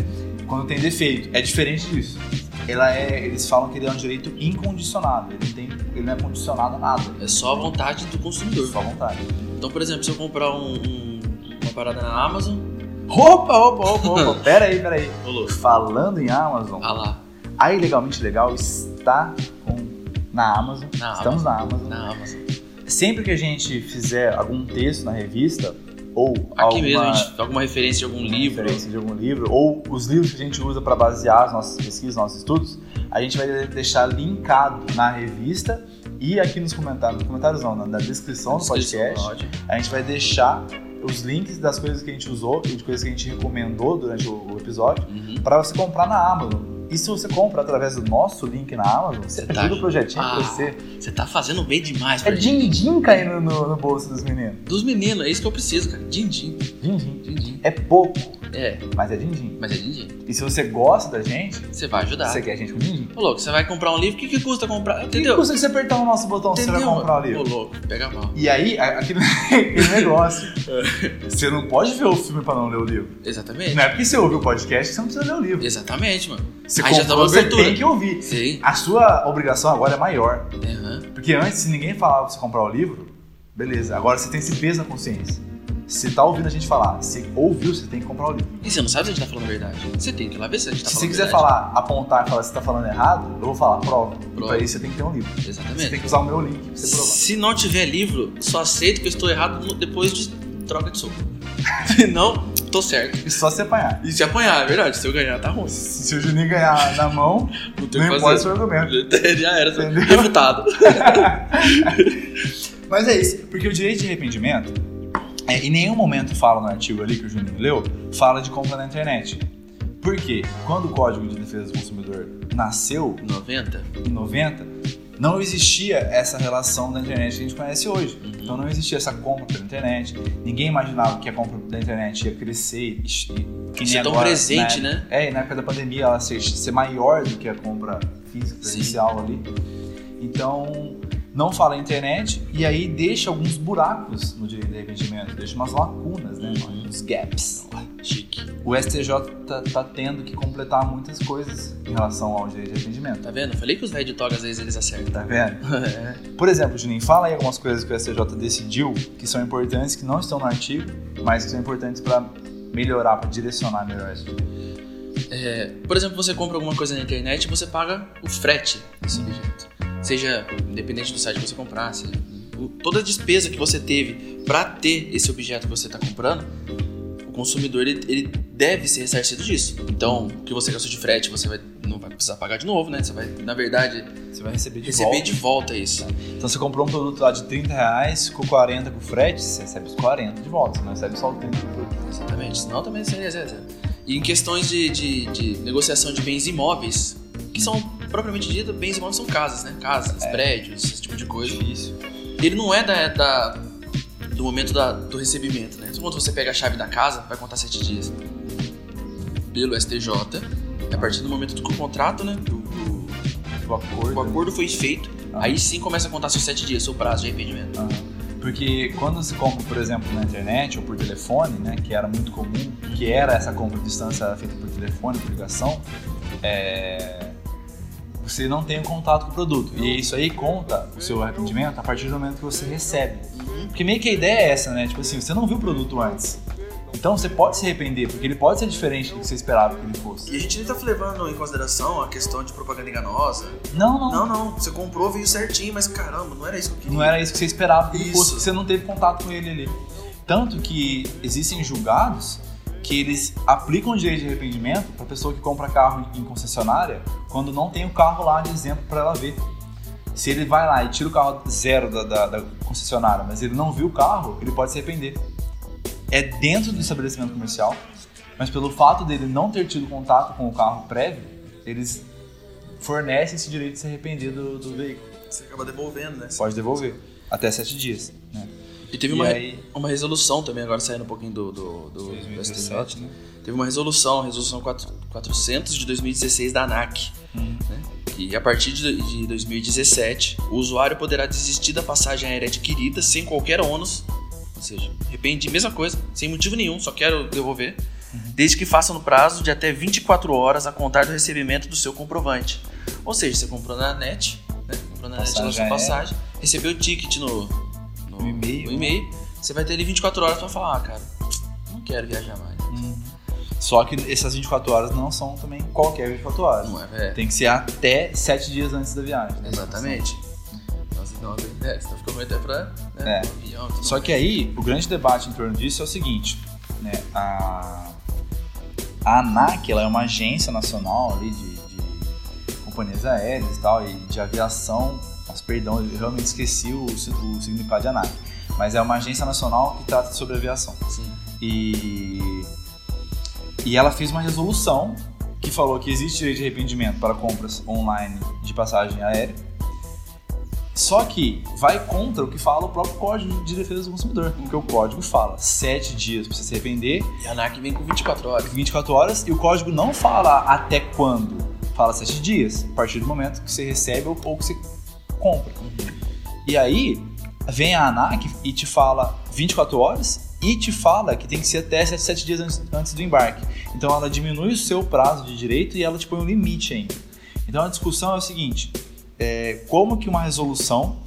[SPEAKER 1] quando tem defeito, é diferente disso. Ela é, eles falam que ele é um direito incondicionado, ele não, tem, ele não é condicionado a nada,
[SPEAKER 2] É só a vontade do
[SPEAKER 1] é
[SPEAKER 2] consumidor.
[SPEAKER 1] sua vontade.
[SPEAKER 2] Então, por exemplo, se eu comprar um- um- uma parada na Amazon,
[SPEAKER 1] Opa, opa, opa, opa, pera aí, pera aí.
[SPEAKER 2] rolou.
[SPEAKER 1] Falando em Amazon,
[SPEAKER 2] Ah lá,
[SPEAKER 1] A Ilegalmente Legal está com- na Amazon.
[SPEAKER 2] Na
[SPEAKER 1] Estamos na Amazon.
[SPEAKER 2] na Amazon.
[SPEAKER 1] Sempre que a gente fizer algum texto na revista, ou
[SPEAKER 2] Aqui
[SPEAKER 1] alguma,
[SPEAKER 2] mesmo, a gente, alguma referência de algum
[SPEAKER 1] alguma
[SPEAKER 2] livro.
[SPEAKER 1] referência de algum livro, ou os livros que a gente usa para basear as nossas pesquisas, nossos estudos, a gente vai deixar linkado na revista e aqui nos comentários, nos comentários não, na, na descrição do
[SPEAKER 2] descrição
[SPEAKER 1] podcast,
[SPEAKER 2] do áudio.
[SPEAKER 1] a gente vai deixar os links das coisas que a gente usou e de coisas que a gente recomendou durante o- o episódio
[SPEAKER 2] Uhum.
[SPEAKER 1] para você comprar na Amazon. E se você compra através do nosso link na Amazon, você
[SPEAKER 2] Você tá
[SPEAKER 1] ajuda o projetinho
[SPEAKER 2] Ah,
[SPEAKER 1] pra você.
[SPEAKER 2] Você tá fazendo bem demais
[SPEAKER 1] É
[SPEAKER 2] pra gente.
[SPEAKER 1] din-din caindo no, no bolso dos meninos.
[SPEAKER 2] Dos meninos, é isso que eu preciso, cara. Din-din.
[SPEAKER 1] Din-din.
[SPEAKER 2] Din-din.
[SPEAKER 1] É pouco,
[SPEAKER 2] É,
[SPEAKER 1] mas é din-din.
[SPEAKER 2] mas é din-din.
[SPEAKER 1] E se você gosta da gente,
[SPEAKER 2] Você vai ajudar.
[SPEAKER 1] você quer a gente com din-din.
[SPEAKER 2] Ô, louco, você vai comprar um livro, o que, que custa comprar?
[SPEAKER 1] E
[SPEAKER 2] Entendeu?
[SPEAKER 1] custa você apertar o nosso botão,
[SPEAKER 2] Entendeu?
[SPEAKER 1] você vai comprar o livro.
[SPEAKER 2] Ô, louco, pega mal.
[SPEAKER 1] E aí, a- aquele, aquele negócio. você não pode ver o filme pra não ler o livro.
[SPEAKER 2] Exatamente.
[SPEAKER 1] Não é porque você ouve o podcast que você não precisa ler o livro.
[SPEAKER 2] Exatamente, mano.
[SPEAKER 1] Você,
[SPEAKER 2] Aí já tá uma
[SPEAKER 1] comprou, você
[SPEAKER 2] abertura.
[SPEAKER 1] tem que ouvir.
[SPEAKER 2] Sim.
[SPEAKER 1] A sua obrigação agora é maior.
[SPEAKER 2] Aham.
[SPEAKER 1] Porque antes, se ninguém falava pra você comprar o livro, beleza. Agora você tem esse peso na consciência. Se tá ouvindo a gente falar, se ouviu, você tem que comprar o livro.
[SPEAKER 2] E você não sabe se a gente tá falando a verdade. Você tem que ir lá ver se a gente tá
[SPEAKER 1] se
[SPEAKER 2] falando
[SPEAKER 1] você quiser
[SPEAKER 2] a verdade.
[SPEAKER 1] falar, apontar e falar se tá falando errado, eu vou falar prova. E
[SPEAKER 2] Prova. Tá
[SPEAKER 1] pra isso você tem que ter um livro. Você tem
[SPEAKER 2] Exatamente.
[SPEAKER 1] que usar o meu link pra você provar.
[SPEAKER 2] Se não tiver livro, só aceito que eu estou errado no- depois de troca de soco. se não, tô certo.
[SPEAKER 1] E só se apanhar.
[SPEAKER 2] E se apanhar, é verdade. Se eu ganhar, tá ruim.
[SPEAKER 1] Se se o Juninho ganhar na mão,
[SPEAKER 2] Não tem o
[SPEAKER 1] não importa
[SPEAKER 2] que
[SPEAKER 1] o
[SPEAKER 2] fazer.
[SPEAKER 1] seu argumento.
[SPEAKER 2] Já era,
[SPEAKER 1] Entendeu?
[SPEAKER 2] refutado.
[SPEAKER 1] Mas é isso, porque o direito de arrependimento, é, em nenhum momento fala no artigo ali que o Juninho leu, fala de compra na internet. Por quê? Quando o Código de Defesa do Consumidor nasceu,
[SPEAKER 2] 90?
[SPEAKER 1] em 90, não existia essa relação da internet que a gente conhece hoje.
[SPEAKER 2] Uhum.
[SPEAKER 1] Então não existia essa compra pela internet. Ninguém imaginava que a compra da internet ia crescer. e- e- Que
[SPEAKER 2] Isso é tão presente, né?
[SPEAKER 1] É, e na época da pandemia ela ser, ser maior do que a compra física
[SPEAKER 2] Sim.
[SPEAKER 1] presencial ali. Então não fala internet e aí deixa alguns buracos no direito de arrependimento, deixa umas lacunas, né?
[SPEAKER 2] Uhum.
[SPEAKER 1] Uns gaps.
[SPEAKER 2] né? Chique.
[SPEAKER 1] O STJ tá, tá tendo que completar muitas coisas em relação ao direito de arrependimento.
[SPEAKER 2] Tá vendo? Falei que os velhos de toga às vezes eles acertam.
[SPEAKER 1] Tá vendo?
[SPEAKER 2] É.
[SPEAKER 1] Por exemplo, Juninho, fala aí algumas coisas que o STJ decidiu que são importantes, que não estão no artigo, mas que são importantes para melhorar, para direcionar melhor esse direito.
[SPEAKER 2] Por exemplo, você compra alguma coisa na internet e você paga o frete desse objeto. Seja independente do site que você comprar, seja o- toda a despesa que você teve para ter esse objeto que você está comprando, o consumidor ele, ele deve ser ressarcido disso. Então, o que você gastou de frete, você vai, não vai precisar pagar de novo, né? Você vai, na verdade,
[SPEAKER 1] Você vai receber de
[SPEAKER 2] receber
[SPEAKER 1] volta.
[SPEAKER 2] de volta isso.
[SPEAKER 1] Então você comprou um produto lá de 30 reais, com 40 com frete, você recebe os 40 de volta, você não recebe só o 30 do produto.
[SPEAKER 2] Exatamente. Senão também seria zero, zero. E em questões de, de- de negociação de bens imóveis, que são propriamente dito, bens imóveis são casas, né? Casas,
[SPEAKER 1] É.
[SPEAKER 2] prédios, esse tipo de coisa.
[SPEAKER 1] Difícil.
[SPEAKER 2] Ele não é da, da- do momento da- do recebimento, né? Quando você pega a chave da casa, vai contar sete dias pelo STJ. é A partir do momento do que o contrato, né? Do, do-
[SPEAKER 1] O acordo.
[SPEAKER 2] o acordo foi feito,
[SPEAKER 1] Ah.
[SPEAKER 2] aí sim começa a contar seus sete dias, seu prazo de arrependimento.
[SPEAKER 1] Ah, Porque quando se compra, por exemplo, na internet ou por telefone, né, que era muito comum, que era essa compra à distância era feita por telefone, por ligação, é, você não tem o contato com o produto. E isso aí conta o seu arrependimento a partir do momento que você recebe. Porque meio que a ideia é essa, né? Tipo assim, você não viu o produto antes. Então você pode se arrepender, porque ele pode ser diferente do que você esperava que ele fosse.
[SPEAKER 2] E a gente nem tá levando em consideração a questão de propaganda enganosa.
[SPEAKER 1] Não, não.
[SPEAKER 2] Não, não, você comprou, veio certinho, mas caramba, não era isso que eu queria.
[SPEAKER 1] não era isso que você esperava que ele
[SPEAKER 2] Isso.
[SPEAKER 1] fosse, que você não teve contato com ele ali. Tanto que existem julgados que eles aplicam o direito de arrependimento para pessoa que compra carro em concessionária quando não tem o carro lá de exemplo para ela ver. Se ele vai lá e tira o carro zero da, da- da concessionária, mas ele não viu o carro, ele pode se arrepender. É dentro do estabelecimento comercial, mas pelo fato dele não ter tido contato com o carro prévio, eles fornecem esse direito de se arrepender do- do veículo
[SPEAKER 2] Você acaba devolvendo, né?
[SPEAKER 1] pode devolver. Até sete dias. Né?
[SPEAKER 2] E teve
[SPEAKER 1] E
[SPEAKER 2] uma,
[SPEAKER 1] aí-
[SPEAKER 2] uma resolução também, agora saindo um pouquinho do, do, do, do STJ.
[SPEAKER 1] né?
[SPEAKER 2] Teve uma resolução, a resolução 4- 400 de 2016 da ANAC.
[SPEAKER 1] Hum.
[SPEAKER 2] né? E a partir de de 2017, o usuário poderá desistir da passagem aérea adquirida sem qualquer ônus, ou seja, arrependi, mesma coisa, sem motivo nenhum, só quero devolver,
[SPEAKER 1] Uhum.
[SPEAKER 2] desde que faça no prazo de até 24 horas a contar do recebimento do seu comprovante. Ou seja, você comprou na net, né? comprou na net lá
[SPEAKER 1] Passagem
[SPEAKER 2] sua
[SPEAKER 1] aérea.
[SPEAKER 2] passagem, recebeu o ticket no, no,
[SPEAKER 1] No e-mail,
[SPEAKER 2] no e-mail, você vai ter ali 24 horas pra falar, ah, cara, não quero viajar mais.
[SPEAKER 1] Hum. Só que essas 24 horas não são também qualquer 24 horas.
[SPEAKER 2] Não é, velho?
[SPEAKER 1] Tem que ser até sete dias antes da viagem. né?
[SPEAKER 2] Exatamente. Nossa, então, é, senão fica ruim até pra
[SPEAKER 1] É.
[SPEAKER 2] né, pro avião, tudo
[SPEAKER 1] Só que aí, o grande debate em torno disso é o seguinte, né? A, a ANAC, ela é uma agência nacional ali de, de companhias aéreas e tal, e de aviação, mas perdão, eu realmente esqueci o, o significado de ANAC, mas é uma agência nacional que trata sobre aviação.
[SPEAKER 2] mais. Sim.
[SPEAKER 1] E, e ela fez uma resolução que falou que existe direito de arrependimento para compras online de passagem aérea. Só que vai contra o que fala o próprio Código de Defesa do Consumidor. Porque o código fala 7 dias para você se arrepender,
[SPEAKER 2] E a ANAC vem com 24 horas.
[SPEAKER 1] 24 horas, e o código não fala até quando. Fala 7 dias, a partir do momento que você recebe ou, ou que você compra. E aí, vem a ANAC e te fala 24 horas e te fala que tem que ser até 7, dias antes, antes do embarque. Então ela diminui o seu prazo de direito e ela te põe um limite ainda. Então a discussão é o seguinte, é, como que uma resolução,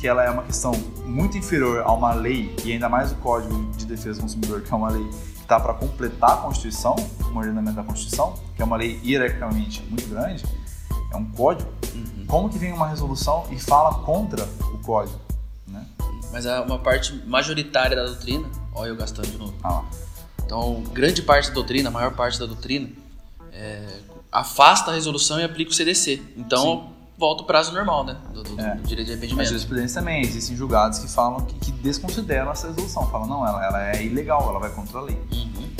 [SPEAKER 1] que ela é uma questão muito inferior a uma lei, e ainda mais o Código de Defesa do Consumidor, que é uma lei que está para completar a Constituição, um ordenamento da Constituição, que é uma lei hierarquicamente muito grande, é um código,
[SPEAKER 2] Uhum,
[SPEAKER 1] como que vem uma resolução e fala contra o código? Né?
[SPEAKER 2] uhum. Mas a- uma parte majoritária da doutrina. Olha, eu gastando de novo.
[SPEAKER 1] Ah, lá.
[SPEAKER 2] Então, grande parte da doutrina, a maior parte da doutrina, é, afasta a resolução e aplica o CDC. Então, volta o prazo normal, né? Do, do-
[SPEAKER 1] É.
[SPEAKER 2] do direito de
[SPEAKER 1] Na
[SPEAKER 2] arrependimento.
[SPEAKER 1] jurisprudência também existem julgados que falam que, que desconsideram essa resolução, falam não, ela, ela é ilegal, ela vai contra a lei.
[SPEAKER 2] Uhum.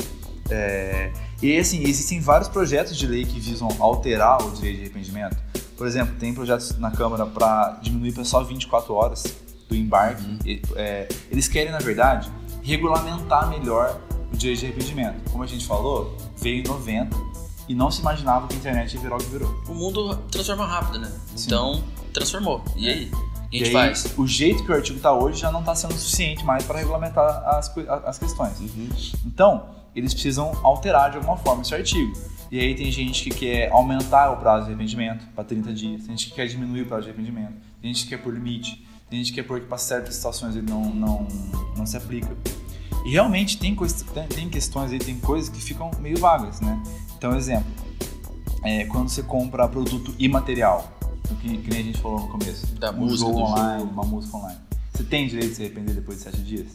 [SPEAKER 1] E assim, existem vários projetos de lei que visam alterar o direito de arrependimento. Por exemplo, tem projetos na Câmara para diminuir para só 24 horas do embarque. E, é, eles querem, na verdade, regulamentar melhor o direito de arrependimento. Como a gente falou, veio em 90 e não se imaginava que a internet ia virar o que virou.
[SPEAKER 2] O mundo transforma rápido, né?
[SPEAKER 1] Sim.
[SPEAKER 2] Então, transformou. E
[SPEAKER 1] É.
[SPEAKER 2] aí? O que a
[SPEAKER 1] E
[SPEAKER 2] gente
[SPEAKER 1] aí,
[SPEAKER 2] faz?
[SPEAKER 1] O jeito que o artigo está hoje já não está sendo suficiente mais para regulamentar as, coi- a- as questões.
[SPEAKER 2] Uhum.
[SPEAKER 1] Então, eles precisam alterar de alguma forma esse artigo. E aí tem gente que quer aumentar o prazo de arrependimento para 30 dias, tem gente que quer diminuir o prazo de arrependimento, tem gente que quer por limite, tem gente que quer pôr que para certas situações ele não, não, não se aplica. E realmente tem, cois- tem- tem questões aí, tem coisas que ficam meio vagas, né? Então, exemplo, é, quando você compra produto imaterial, o que, que nem a gente falou no começo.
[SPEAKER 2] Da
[SPEAKER 1] um
[SPEAKER 2] música,
[SPEAKER 1] jogo
[SPEAKER 2] do jogo.
[SPEAKER 1] online, uma música online. Você tem direito de se arrepender depois de sete dias?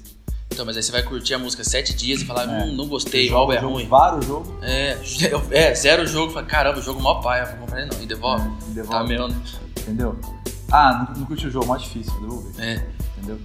[SPEAKER 2] Então, mas aí você vai curtir a música sete dias e falar,
[SPEAKER 1] É.
[SPEAKER 2] hum, não gostei, o
[SPEAKER 1] Joga o
[SPEAKER 2] álbum é
[SPEAKER 1] jogo,
[SPEAKER 2] ruim.
[SPEAKER 1] Vara o jogo,
[SPEAKER 2] É, é, zero o jogo, fala, caramba, o jogo mó paia, vou comprar ele não, e devolve.
[SPEAKER 1] e
[SPEAKER 2] Tá
[SPEAKER 1] devolve.
[SPEAKER 2] meu, né?
[SPEAKER 1] entendeu? Ah, não, não curti o jogo, mó difícil, eu devolver.
[SPEAKER 2] É.
[SPEAKER 1] Entendeu?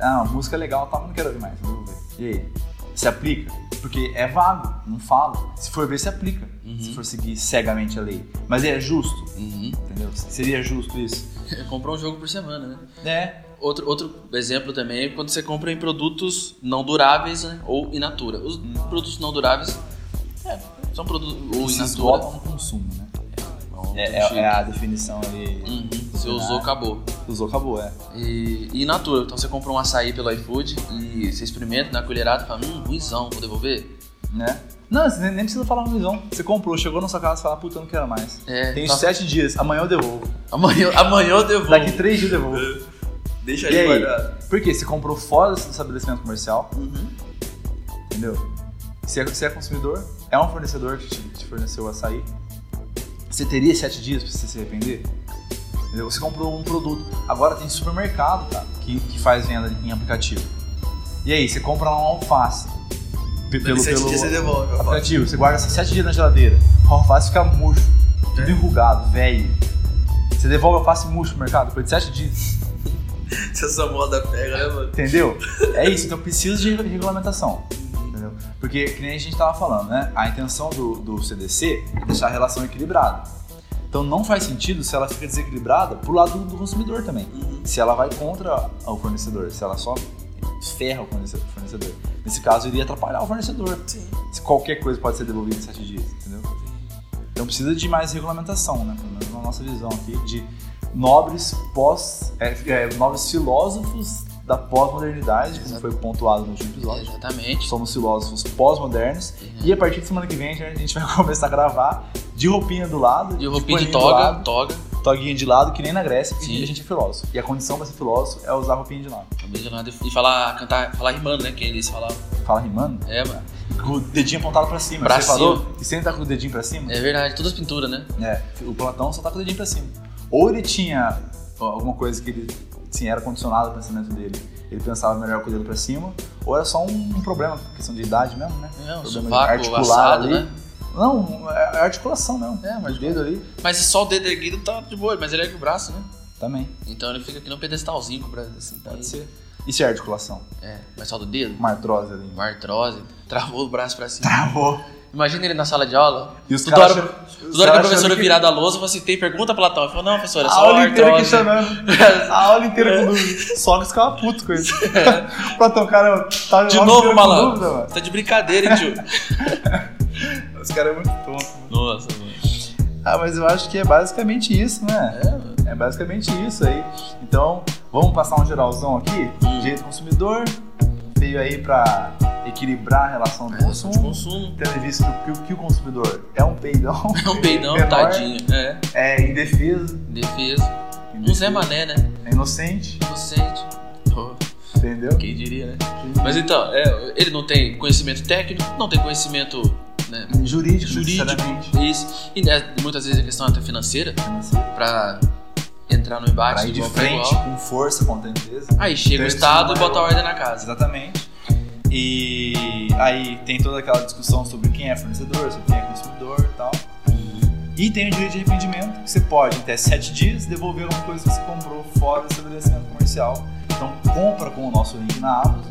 [SPEAKER 1] Ah, a música é legal, tá, mas não quero ouvir mais, eu devolver. E aí? Se aplica? Porque é vago, não fala. Se for ver, se aplica.
[SPEAKER 2] Uhum.
[SPEAKER 1] Se for seguir cegamente a lei. Mas é justo,
[SPEAKER 2] Uhum.
[SPEAKER 1] entendeu? Seria justo isso?
[SPEAKER 2] Comprou um jogo por semana, né?
[SPEAKER 1] É,
[SPEAKER 2] Outro, outro exemplo também é quando você compra em produtos não duráveis né? ou in natura. Os
[SPEAKER 1] Hum.
[SPEAKER 2] produtos não duráveis é, são produtos ou in
[SPEAKER 1] se
[SPEAKER 2] natura.
[SPEAKER 1] esgota no consumo, né?
[SPEAKER 2] Então,
[SPEAKER 1] É,
[SPEAKER 2] tipo,
[SPEAKER 1] é- é a definição ali.
[SPEAKER 2] uhum, Você usou, acabou.
[SPEAKER 1] Usou, acabou, é.
[SPEAKER 2] E, e in natura, então você comprou um açaí pelo iFood e você experimenta na colherada e fala, hum, ruizão, vou devolver.
[SPEAKER 1] Né? Não, você nem nem precisa falar no visão. Você comprou, chegou na sua casa e fala, puta, eu não quero mais.
[SPEAKER 2] É,
[SPEAKER 1] Tem
[SPEAKER 2] tá-
[SPEAKER 1] sete dias, amanhã eu devolvo.
[SPEAKER 2] Amanhã, amanhã eu devolvo.
[SPEAKER 1] Daqui três dias eu devolvo.
[SPEAKER 2] Deixa
[SPEAKER 1] E
[SPEAKER 2] ele
[SPEAKER 1] aí?
[SPEAKER 2] guardado.
[SPEAKER 1] Por quê? Você comprou fora do estabelecimento comercial,
[SPEAKER 2] Uhum.
[SPEAKER 1] entendeu? Você é, você é consumidor, é um fornecedor que te, te forneceu o açaí. Você teria sete dias pra você se arrepender? Entendeu? Você comprou um produto. Agora tem supermercado, cara, que, que faz venda em aplicativo. E aí, você compra lá um alface. Pe-
[SPEAKER 2] Daqui sete dias você devolve. eu falo.
[SPEAKER 1] aplicativo, você guarda 7 dias na geladeira, o alface fica murcho, tudo
[SPEAKER 2] É.
[SPEAKER 1] enrugado, velho. Você devolve o alface murcho pro mercado depois de 7 dias,
[SPEAKER 2] Se essa moda pega, né, mano?
[SPEAKER 1] entendeu? é isso, então precisa de regulamentação, entendeu? Porque, que nem a gente tava falando, né? A intenção do, do CDC é deixar a relação equilibrada. Então não faz sentido se ela fica desequilibrada pro lado do, do consumidor também.
[SPEAKER 2] Uhum.
[SPEAKER 1] Se ela vai contra o fornecedor, se ela só ferra o fornece- fornecedor. Nesse caso, iria atrapalhar o fornecedor.
[SPEAKER 2] Sim.
[SPEAKER 1] Se qualquer coisa pode ser devolvida em 7 dias, entendeu? Então precisa de mais regulamentação, né? Pelo menos na nossa visão aqui, de nobres pós. é, é, nobres filósofos da pós-modernidade, como
[SPEAKER 2] Exato.
[SPEAKER 1] foi pontuado no último episódio.
[SPEAKER 2] Exatamente.
[SPEAKER 1] Somos filósofos pós-modernos. E a partir de semana que vem a gente- a gente vai começar a gravar de roupinha do lado.
[SPEAKER 2] E o roupinho de
[SPEAKER 1] paninho do
[SPEAKER 2] toga,
[SPEAKER 1] lado,
[SPEAKER 2] toga.
[SPEAKER 1] toguinha de lado, que nem na Grécia, porque
[SPEAKER 2] Sim.
[SPEAKER 1] a gente é filósofo. E a condição pra ser filósofo é usar roupinha de lado.
[SPEAKER 2] camisa de lado E falar, cantar, falar rimando, né? Que eles falavam.
[SPEAKER 1] Fala rimando?
[SPEAKER 2] É, mano.
[SPEAKER 1] Com o dedinho apontado pra cima.
[SPEAKER 2] Pra
[SPEAKER 1] Você
[SPEAKER 2] cima.
[SPEAKER 1] falou que sempre tá com o dedinho pra cima?
[SPEAKER 2] É verdade, todas as pinturas, né?
[SPEAKER 1] É, o Platão só tá com o dedinho pra cima. Ou ele tinha ó, alguma coisa que ele, assim, era condicionado ao pensamento dele. Ele pensava melhor com o dedo pra cima, ou era só um, um problema, questão de idade mesmo, né?
[SPEAKER 2] É, um
[SPEAKER 1] Problema
[SPEAKER 2] sovaco
[SPEAKER 1] articular
[SPEAKER 2] assado,
[SPEAKER 1] ali.
[SPEAKER 2] né?
[SPEAKER 1] Não, é é articulação mesmo. É, mas o dedo ali
[SPEAKER 2] Mas só o dedo erguido tá de boa, mas ele ergue o braço, né?
[SPEAKER 1] também.
[SPEAKER 2] Então ele fica aqui num pedestalzinho com o braço assim. Tá aí.
[SPEAKER 1] ser. Isso é articulação.
[SPEAKER 2] É, mas só do dedo.
[SPEAKER 1] Uma artrose ali.
[SPEAKER 2] Uma artrose, travou o braço pra cima.
[SPEAKER 1] Travou.
[SPEAKER 2] Imagina ele na sala de aula.
[SPEAKER 1] E os
[SPEAKER 2] Toda
[SPEAKER 1] caras.
[SPEAKER 2] hora-
[SPEAKER 1] achando- os
[SPEAKER 2] Toda hora que a
[SPEAKER 1] caras achando
[SPEAKER 2] professora virar da lousa, você tem pergunta pra Platão. Ele falou, não, professora, é
[SPEAKER 1] A
[SPEAKER 2] só
[SPEAKER 1] aula
[SPEAKER 2] a
[SPEAKER 1] inteira
[SPEAKER 2] artrose.
[SPEAKER 1] questionando. A aula inteira com dúvida. Só que ficava puto com isso. Platão, cara, tá
[SPEAKER 2] É. De
[SPEAKER 1] a aula inteira
[SPEAKER 2] novo,
[SPEAKER 1] com
[SPEAKER 2] malandro.
[SPEAKER 1] dúvida, mano.
[SPEAKER 2] Você tá de brincadeira, hein, tio?
[SPEAKER 1] Os caras é muito tonto.
[SPEAKER 2] Nossa, mano.
[SPEAKER 1] Ah, mas eu acho que é basicamente isso, né?
[SPEAKER 2] É, mano.
[SPEAKER 1] É basicamente isso aí. Então, vamos passar um geralzão aqui?
[SPEAKER 2] Hum.
[SPEAKER 1] Direito do consumidor veio aí pra equilibrar a relação do
[SPEAKER 2] Relação de
[SPEAKER 1] consumo.
[SPEAKER 2] consumo.
[SPEAKER 1] Tendo visto que, o- que o consumidor é um peidão.
[SPEAKER 2] É um peidão,
[SPEAKER 1] menor,
[SPEAKER 2] tadinho. É,
[SPEAKER 1] É indefeso.
[SPEAKER 2] defesa. Um
[SPEAKER 1] indefeso,
[SPEAKER 2] Zé Mané, né?
[SPEAKER 1] É inocente,
[SPEAKER 2] Inocente. Oh,
[SPEAKER 1] entendeu?
[SPEAKER 2] quem diria, né? Mas então, é, ele não tem conhecimento técnico, não tem conhecimento, né?
[SPEAKER 1] Jurídico,
[SPEAKER 2] Jurídico.
[SPEAKER 1] necessariamente.
[SPEAKER 2] Isso. E né, muitas vezes a questão até financeira,
[SPEAKER 1] Financeiro.
[SPEAKER 2] pra entrar no embate
[SPEAKER 1] Pra ir de
[SPEAKER 2] igual pra
[SPEAKER 1] frente,
[SPEAKER 2] igual.
[SPEAKER 1] com força contra a empresa.
[SPEAKER 2] Aí chega
[SPEAKER 1] Terceiro
[SPEAKER 2] o Estado e
[SPEAKER 1] maior.
[SPEAKER 2] bota a ordem na casa.
[SPEAKER 1] Exatamente. E aí tem toda aquela discussão sobre quem é fornecedor, sobre quem é consumidor e tal. E tem o direito de arrependimento, que você pode, em até 7 dias, devolver alguma coisa que você comprou fora do estabelecimento comercial. Então compra com o nosso link na Amazon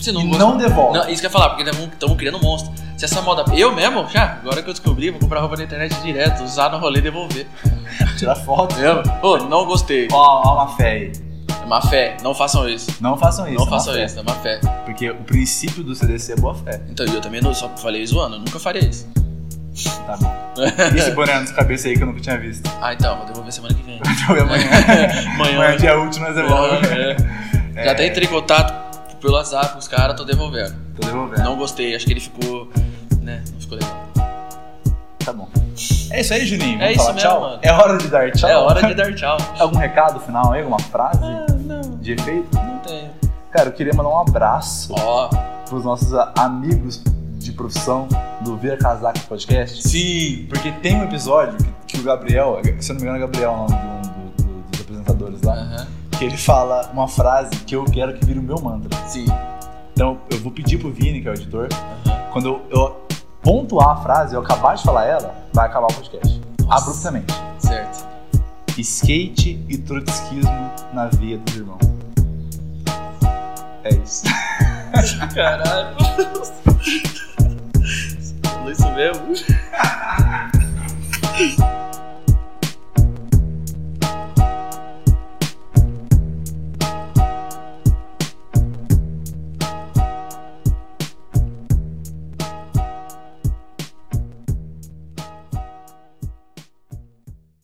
[SPEAKER 2] Se
[SPEAKER 1] e
[SPEAKER 2] gostar-
[SPEAKER 1] não devolve.
[SPEAKER 2] Não, isso que eu ia falar, porque estamos criando um monstro. Se essa moda. Eu mesmo, já, agora que eu descobri, vou comprar roupa na internet direto, usar no rolê e devolver.
[SPEAKER 1] Tira foto.
[SPEAKER 2] Eu, Pô, não gostei.
[SPEAKER 1] Ó, ó uma fé aí.
[SPEAKER 2] É má fé, não façam isso.
[SPEAKER 1] Não façam isso. é
[SPEAKER 2] não
[SPEAKER 1] má
[SPEAKER 2] façam
[SPEAKER 1] fé.
[SPEAKER 2] isso, é má fé.
[SPEAKER 1] Porque o princípio do CDC é boa fé,
[SPEAKER 2] Então, e eu também não, só falei zoando, eu nunca faria isso.
[SPEAKER 1] tá bom? E esse boné na cabeça aí que eu nunca tinha visto?
[SPEAKER 2] ah, então, vou devolver semana que vem.
[SPEAKER 1] Então é amanhã. Amanhã, é
[SPEAKER 2] Amanhã.
[SPEAKER 1] dia útil, nós devolvemos.
[SPEAKER 2] É. Já até entrei em contato pelo WhatsApp com os caras, tô devolvendo.
[SPEAKER 1] Tô devolvendo.
[SPEAKER 2] Não gostei, acho que ele ficou. né, não ficou legal.
[SPEAKER 1] Tá bom. É isso aí, Juninho. Vamos
[SPEAKER 2] É isso
[SPEAKER 1] falar
[SPEAKER 2] mesmo,
[SPEAKER 1] tchau?
[SPEAKER 2] mano.
[SPEAKER 1] É hora de dar tchau?
[SPEAKER 2] É hora de dar tchau.
[SPEAKER 1] Algum recado final aí? Alguma frase
[SPEAKER 2] Ah, não,
[SPEAKER 1] de efeito?
[SPEAKER 2] não tenho.
[SPEAKER 1] Cara, eu queria mandar um abraço
[SPEAKER 2] Ó,
[SPEAKER 1] pros nossos a- amigos de profissão do Via Casaca Podcast.
[SPEAKER 2] sim,
[SPEAKER 1] Porque tem um episódio que, que o Gabriel, se eu não me engano é o Gabriel, o nome do- do- do- dos apresentadores lá,
[SPEAKER 2] Aham.
[SPEAKER 1] que ele fala uma frase que eu quero que vire o meu mantra.
[SPEAKER 2] Sim.
[SPEAKER 1] Então eu vou pedir pro Vini, que é o editor, quando eu, eu pontuar a frase, eu acabar de falar ela, vai acabar o podcast.
[SPEAKER 2] Nossa.
[SPEAKER 1] Abruptamente.
[SPEAKER 2] Certo.
[SPEAKER 1] Skate e trotskismo na via dos irmãos. É isso.
[SPEAKER 2] Caralho. Falou isso mesmo?